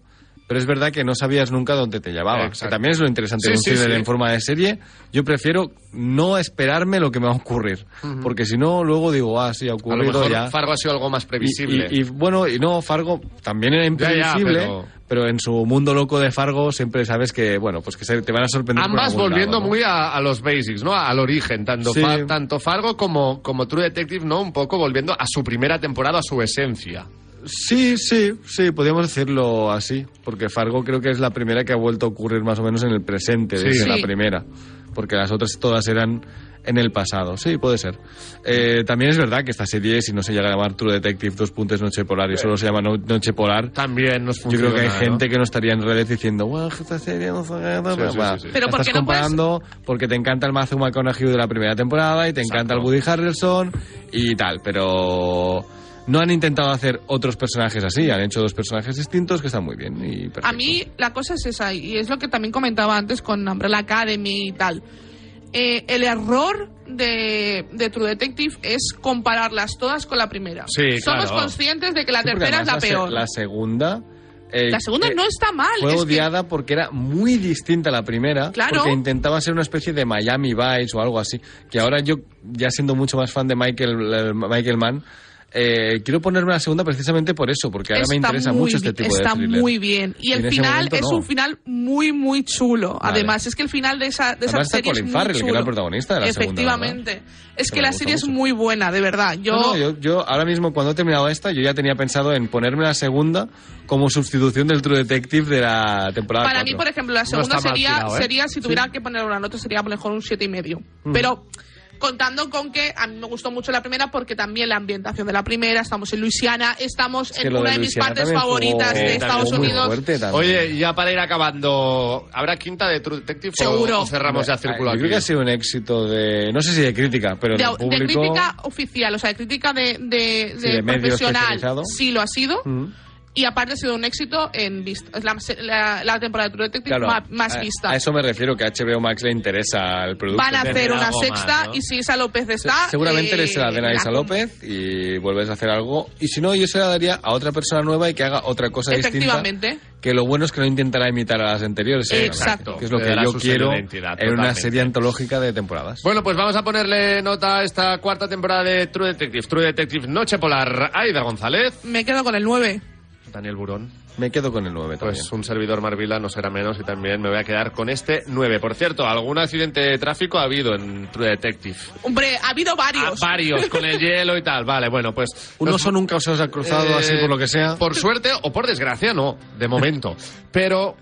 Speaker 4: pero es verdad que no sabías nunca dónde te llevaba.
Speaker 2: Exacto.
Speaker 4: Que también es lo interesante
Speaker 2: Sí,
Speaker 4: de un
Speaker 2: sí,
Speaker 4: thriller
Speaker 2: sí.
Speaker 4: en forma de serie. Yo prefiero no esperarme lo que me va a ocurrir. Porque si no, luego digo, ah, sí, ha
Speaker 2: A lo
Speaker 4: ocurrido
Speaker 2: mejor
Speaker 4: ya.
Speaker 2: Fargo ha sido algo más previsible.
Speaker 4: Y, y- y, bueno, y no, Fargo también era
Speaker 2: Ya,
Speaker 4: imprevisible,
Speaker 2: ya, pero-
Speaker 4: pero... en su mundo loco de Fargo siempre sabes que, bueno, pues que se- te van a sorprender. por
Speaker 2: Ambas
Speaker 4: algún
Speaker 2: volviendo
Speaker 4: lado, ¿no?
Speaker 2: muy a, a los basics, ¿no? Al origen, tanto,
Speaker 4: Sí.
Speaker 2: Fa- tanto Fargo como, como True Detective, ¿no? Un poco volviendo a su primera temporada, a su esencia.
Speaker 4: Sí, sí, sí, podríamos decirlo así, porque Fargo creo que es la primera que ha vuelto a ocurrir más o menos en el presente,
Speaker 2: Sí.
Speaker 4: desde la
Speaker 3: Sí.
Speaker 4: primera, porque las otras todas eran en el pasado, sí, puede ser. Eh, también es verdad que esta serie, si no se llega a llamar True Detective, dos puntos Noche Polar y solo se llama No- Noche Polar,
Speaker 2: También nos
Speaker 4: yo
Speaker 2: funciona.
Speaker 4: creo que hay
Speaker 2: ¿no?
Speaker 4: gente que no estaría en redes diciendo, "Buah, esta serie no sé qué, no
Speaker 2: Sí,
Speaker 4: sé
Speaker 2: sí,
Speaker 4: cuál".
Speaker 2: sí, sí.
Speaker 3: Pero
Speaker 4: La
Speaker 3: ¿por
Speaker 4: estás
Speaker 3: qué no puedes-
Speaker 4: comparando porque te encanta el Matthew McConaughey de la primera temporada y te encanta el Woody Harrelson y tal, pero no han intentado hacer otros personajes así, han hecho dos personajes distintos que están muy bien y perfecto.
Speaker 3: A mí la cosa es esa, y es lo que también comentaba antes con Umbrella Academy y tal. Eh, el error de, de True Detective es compararlas todas con la primera.
Speaker 2: Sí,
Speaker 3: Somos
Speaker 2: claro.
Speaker 3: conscientes de que la
Speaker 4: Sí, porque
Speaker 3: tercera es la
Speaker 4: además
Speaker 3: peor.
Speaker 4: se- La segunda eh,
Speaker 3: La segunda
Speaker 4: eh,
Speaker 3: no está mal.
Speaker 4: Fue
Speaker 3: es que-
Speaker 4: odiada porque era muy distinta a la primera.
Speaker 3: Claro.
Speaker 4: Porque intentaba ser una especie de Miami Vice o algo así. Que ahora yo, ya siendo mucho más fan de Michael, eh, Michael Mann, eh, quiero ponerme la segunda precisamente por eso, porque ahora me
Speaker 3: Está
Speaker 4: interesa
Speaker 3: muy
Speaker 4: mucho este
Speaker 3: bi-
Speaker 4: tipo de
Speaker 3: Está
Speaker 4: thriller.
Speaker 3: muy bien. Y
Speaker 4: En
Speaker 3: el
Speaker 4: ese
Speaker 3: final
Speaker 4: momento,
Speaker 3: es
Speaker 4: no.
Speaker 3: un final muy, muy chulo.
Speaker 4: Vale.
Speaker 3: Además, es que el final de esa, de esa
Speaker 4: Además, está
Speaker 3: serie es
Speaker 4: Colin
Speaker 3: muy
Speaker 4: Farrell, que
Speaker 3: chulo.
Speaker 4: era el protagonista de la segunda, ¿verdad?
Speaker 3: Efectivamente. Es
Speaker 4: Que
Speaker 3: que
Speaker 4: me
Speaker 3: la
Speaker 4: gusta
Speaker 3: serie es
Speaker 4: mucho.
Speaker 3: muy buena, de verdad. Yo...
Speaker 4: No, no, yo, ah, yo ahora mismo cuando he terminado esta, yo ya tenía pensado en ponerme la segunda como sustitución del True Detective de la temporada
Speaker 3: Para mí,
Speaker 4: cuatro.
Speaker 3: por ejemplo, la
Speaker 2: No
Speaker 3: segunda
Speaker 2: está mal
Speaker 3: sería,
Speaker 2: tirado, ¿eh?
Speaker 4: Mm.
Speaker 3: sería si tuviera que poner una nota, sería a lo mejor un siete y medio. Pero Contando con que a mí me gustó mucho la primera porque también la ambientación de la primera, estamos en Luisiana, estamos
Speaker 4: que
Speaker 3: en
Speaker 4: lo
Speaker 3: una de mis
Speaker 4: Luisiana
Speaker 3: partes
Speaker 4: también estuvo-
Speaker 3: favoritas de
Speaker 4: también
Speaker 3: Estados
Speaker 4: estuvo muy
Speaker 3: Unidos.
Speaker 4: fuerte también.
Speaker 2: Oye, y ya para ir acabando, ¿habrá quinta de True Detective? o-
Speaker 3: Seguro.
Speaker 2: o cerramos ya
Speaker 4: Yo
Speaker 2: círculo aquí.
Speaker 4: creo que ha sido un éxito de, no sé si de crítica, pero
Speaker 3: de,
Speaker 4: del
Speaker 3: de
Speaker 4: público.
Speaker 3: crítica oficial, o sea, de crítica de, de,
Speaker 4: Sí,
Speaker 3: de
Speaker 4: de medio especializado.
Speaker 3: profesional, sí lo ha sido.
Speaker 4: Mm.
Speaker 3: Y aparte ha sido un éxito en vista. Es la, la- la temporada de True Detective
Speaker 4: Claro,
Speaker 3: ma- más,
Speaker 4: a-
Speaker 3: vista.
Speaker 4: A eso me refiero, que a HBO Max le interesa el producto.
Speaker 3: Van a hacer
Speaker 2: algo
Speaker 3: una
Speaker 2: más,
Speaker 3: sexta
Speaker 2: ¿no?
Speaker 3: y si Isa López
Speaker 4: Se-
Speaker 3: está.
Speaker 4: Seguramente
Speaker 3: eh,
Speaker 4: le será de Isa
Speaker 3: la-
Speaker 4: López y vuelves a hacer algo. Y si no, yo se la daría a otra persona nueva y que haga otra cosa distinta.
Speaker 3: Efectivamente.
Speaker 4: Que lo bueno es que no intentará imitar a las anteriores. seguramente,
Speaker 3: Exacto.
Speaker 4: Que es lo
Speaker 2: Le
Speaker 4: que
Speaker 2: dará
Speaker 4: yo
Speaker 2: su
Speaker 4: quiero
Speaker 2: sello de
Speaker 4: en
Speaker 2: identidad,
Speaker 4: una
Speaker 2: totalmente.
Speaker 4: serie antológica de temporadas.
Speaker 2: Bueno, pues vamos a ponerle nota a esta cuarta temporada de True Detective. True Detective Noche Polar. Aida González.
Speaker 3: Me quedo con el 9.
Speaker 2: Daniel Burón.
Speaker 4: Me quedo con el 9 también.
Speaker 2: Pues un servidor Marvila no será menos y también me voy a quedar con este 9. Por cierto, ¿algún accidente de tráfico ha habido en True Detective?
Speaker 3: Hombre, ha habido varios.
Speaker 2: Ah, varios, con el hielo y tal. Vale, bueno, pues...
Speaker 4: ¿Un
Speaker 2: nos-
Speaker 4: oso nunca os ha cruzado
Speaker 2: Eh,
Speaker 4: así por lo que sea?
Speaker 2: Por suerte o por desgracia, no, de momento. Pero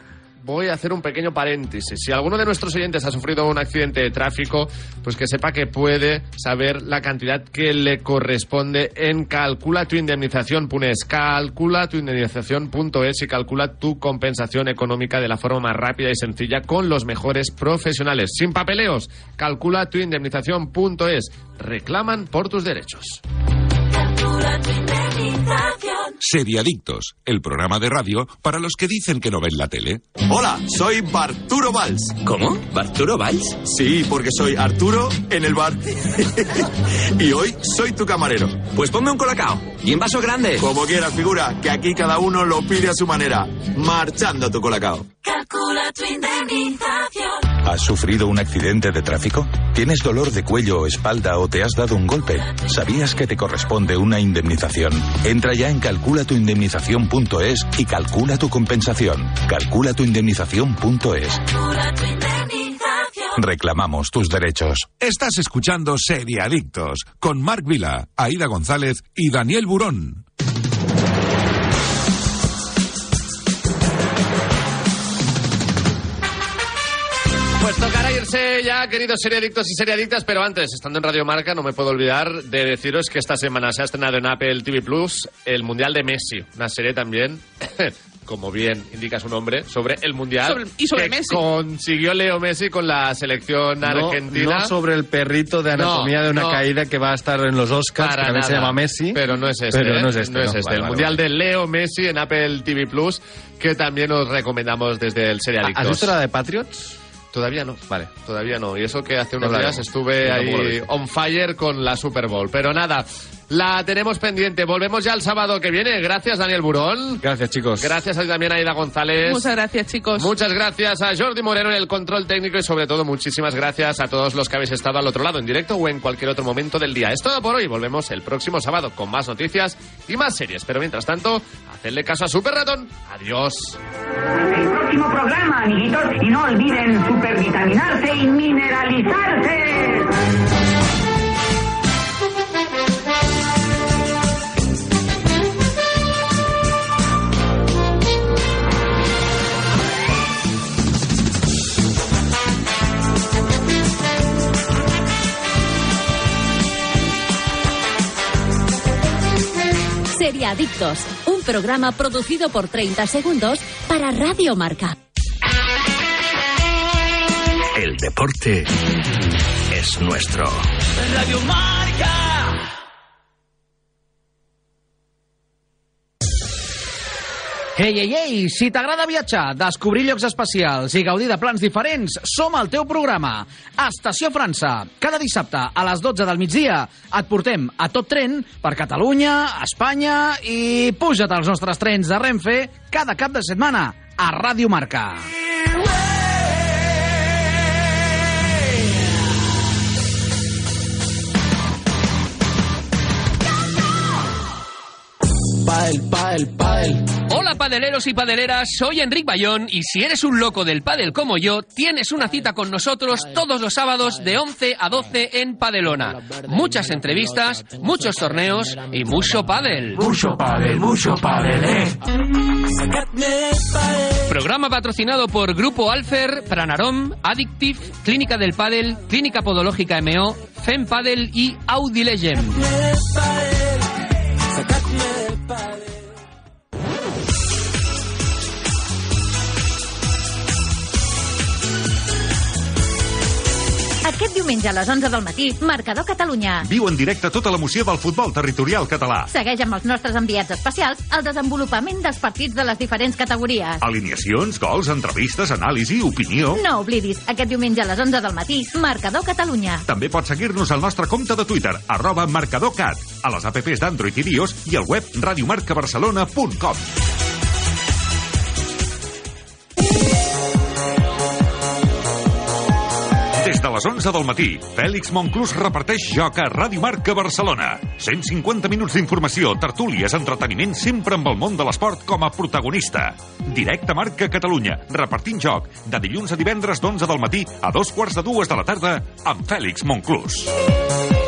Speaker 2: voy a hacer un pequeño paréntesis. Si alguno de nuestros oyentes ha sufrido un accidente de tráfico, pues que sepa que puede saber la cantidad que le corresponde en calcula tu indemnización, punes, calcula tu indemnización.es y calcula tu compensación económica de la forma más rápida y sencilla con los mejores profesionales. Sin papeleos, calcula tu indemnización.es. Reclaman por tus derechos.
Speaker 1: Seriadictos, el programa de radio para los que dicen que no ven la tele.
Speaker 8: Hola, soy Barturo Valls.
Speaker 7: ¿Cómo? ¿Barturo Valls?
Speaker 8: Sí, porque soy Arturo en el bar. <laughs> y hoy soy tu camarero.
Speaker 7: Pues ponme un colacao. Y en vaso grande.
Speaker 8: Como quieras, figura, que aquí cada uno lo pide a su manera. Marchando tu colacao.
Speaker 6: ¿Has sufrido un accidente de tráfico? ¿Tienes dolor de cuello o espalda o te has dado un golpe? ¿Sabías que te corresponde una indemnización? Entra ya en calculatuindemnización.es y calcula tu compensación. Calculatuindemnización.es. Reclamamos tus derechos.
Speaker 1: Estás escuchando Seriadictos con Marc Vila, Aida González y Daniel Burón.
Speaker 2: Pues tocará irse ya, queridos seriadictos y seriadictas, pero antes, estando en Radio Marca, no me puedo olvidar de deciros que esta semana se ha estrenado en Apple TV Plus el Mundial de Messi, una serie también, <coughs> como bien indica su nombre, sobre el Mundial
Speaker 3: Sobre- y sobre
Speaker 2: que
Speaker 3: Messi.
Speaker 2: consiguió Leo Messi con la selección
Speaker 4: No-
Speaker 2: argentina.
Speaker 4: No sobre el perrito de anatomía
Speaker 2: No,
Speaker 4: de una
Speaker 2: no.
Speaker 4: caída que va a estar en los Oscars,
Speaker 2: Para
Speaker 4: que también se
Speaker 2: nada.
Speaker 4: llama Messi.
Speaker 2: Pero no es este.
Speaker 4: Pero
Speaker 2: ¿eh?
Speaker 4: no es este. no. Vale,
Speaker 2: el
Speaker 4: vale,
Speaker 2: Mundial
Speaker 4: vale.
Speaker 2: de Leo Messi en Apple TV Plus, que también os recomendamos desde el Seriadictos.
Speaker 4: ¿Has visto la de Patriots?
Speaker 2: Todavía no.
Speaker 4: Vale.
Speaker 2: Todavía no. Y eso que hace
Speaker 4: Ya
Speaker 2: unos días
Speaker 4: hablaremos. Yo
Speaker 2: estuve
Speaker 4: tampoco lo he
Speaker 2: ahí
Speaker 4: visto.
Speaker 2: on fire con la Super Bowl. Pero nada, la tenemos pendiente. Volvemos ya el sábado que viene. Gracias, Daniel Burón.
Speaker 4: Gracias, chicos.
Speaker 2: Gracias a- también a Aida González.
Speaker 3: Muchas gracias, chicos.
Speaker 2: Muchas gracias a Jordi Moreno en el control técnico y sobre todo muchísimas gracias a todos los que habéis estado al otro lado en directo o en cualquier otro momento del día. Es todo por hoy. Volvemos el próximo sábado con más noticias y más series. Pero mientras tanto, hacedle caso a Super Ratón. Adiós.
Speaker 10: El próximo programa, amiguitos, y no olviden supervitaminarse y mineralizarse.
Speaker 11: Seriadictos, un programa producido por 30 segundos para Radio Marca.
Speaker 7: El deporte es nuestro.
Speaker 12: Ei, ei, ei, si t'agrada viatjar, descobrir llocs especials i gaudir de plans diferents, som al teu programa. Estació França. Cada dissabte a les 12 del migdia et portem a tot tren per Catalunya, Espanya i puja't als nostres trens de Renfe cada cap de setmana a Ràdio Marca.
Speaker 13: Pael, pael, pael.
Speaker 14: Hola padeleros y padeleras, soy Enric Bayón y si eres un loco del pádel como yo, tienes una cita con nosotros todos los sábados de 11 a 12 en Padelona. Muchas entrevistas, muchos torneos y mucho pádel.
Speaker 13: Mucho pael, mucho pael, eh.
Speaker 14: Programa patrocinado por Grupo Alfer, Pranarom, Addictive, Clínica del Padel, Clínica Podológica MO, FEM Padel y Audi Legend.
Speaker 15: Aquest diumenge a les 11 del matí, Marcador Catalunya.
Speaker 16: Viu en directe tota l'emoció del futbol territorial català.
Speaker 15: Segueix amb els nostres enviats especials el desenvolupament dels partits de les diferents categories.
Speaker 16: Alineacions, gols, entrevistes, anàlisi, opinió...
Speaker 15: No oblidis, aquest diumenge a les 11 del matí, Marcador Catalunya.
Speaker 16: També pots seguir-nos al nostre compte de Twitter, arroba marcadorcat, a les apps d'Android i iOS i al web radiomarcabarcelona.com. Des de les 11 del matí, Fèlix Monclús reparteix joc a Ràdio Marca Barcelona. 150 minuts d'informació, tertúlies, entreteniment, sempre amb el món de l'esport com a protagonista. Directe Marca Catalunya, repartint joc, de dilluns a divendres d'11 del matí a dos quarts de dues de la tarda amb Fèlix Monclús.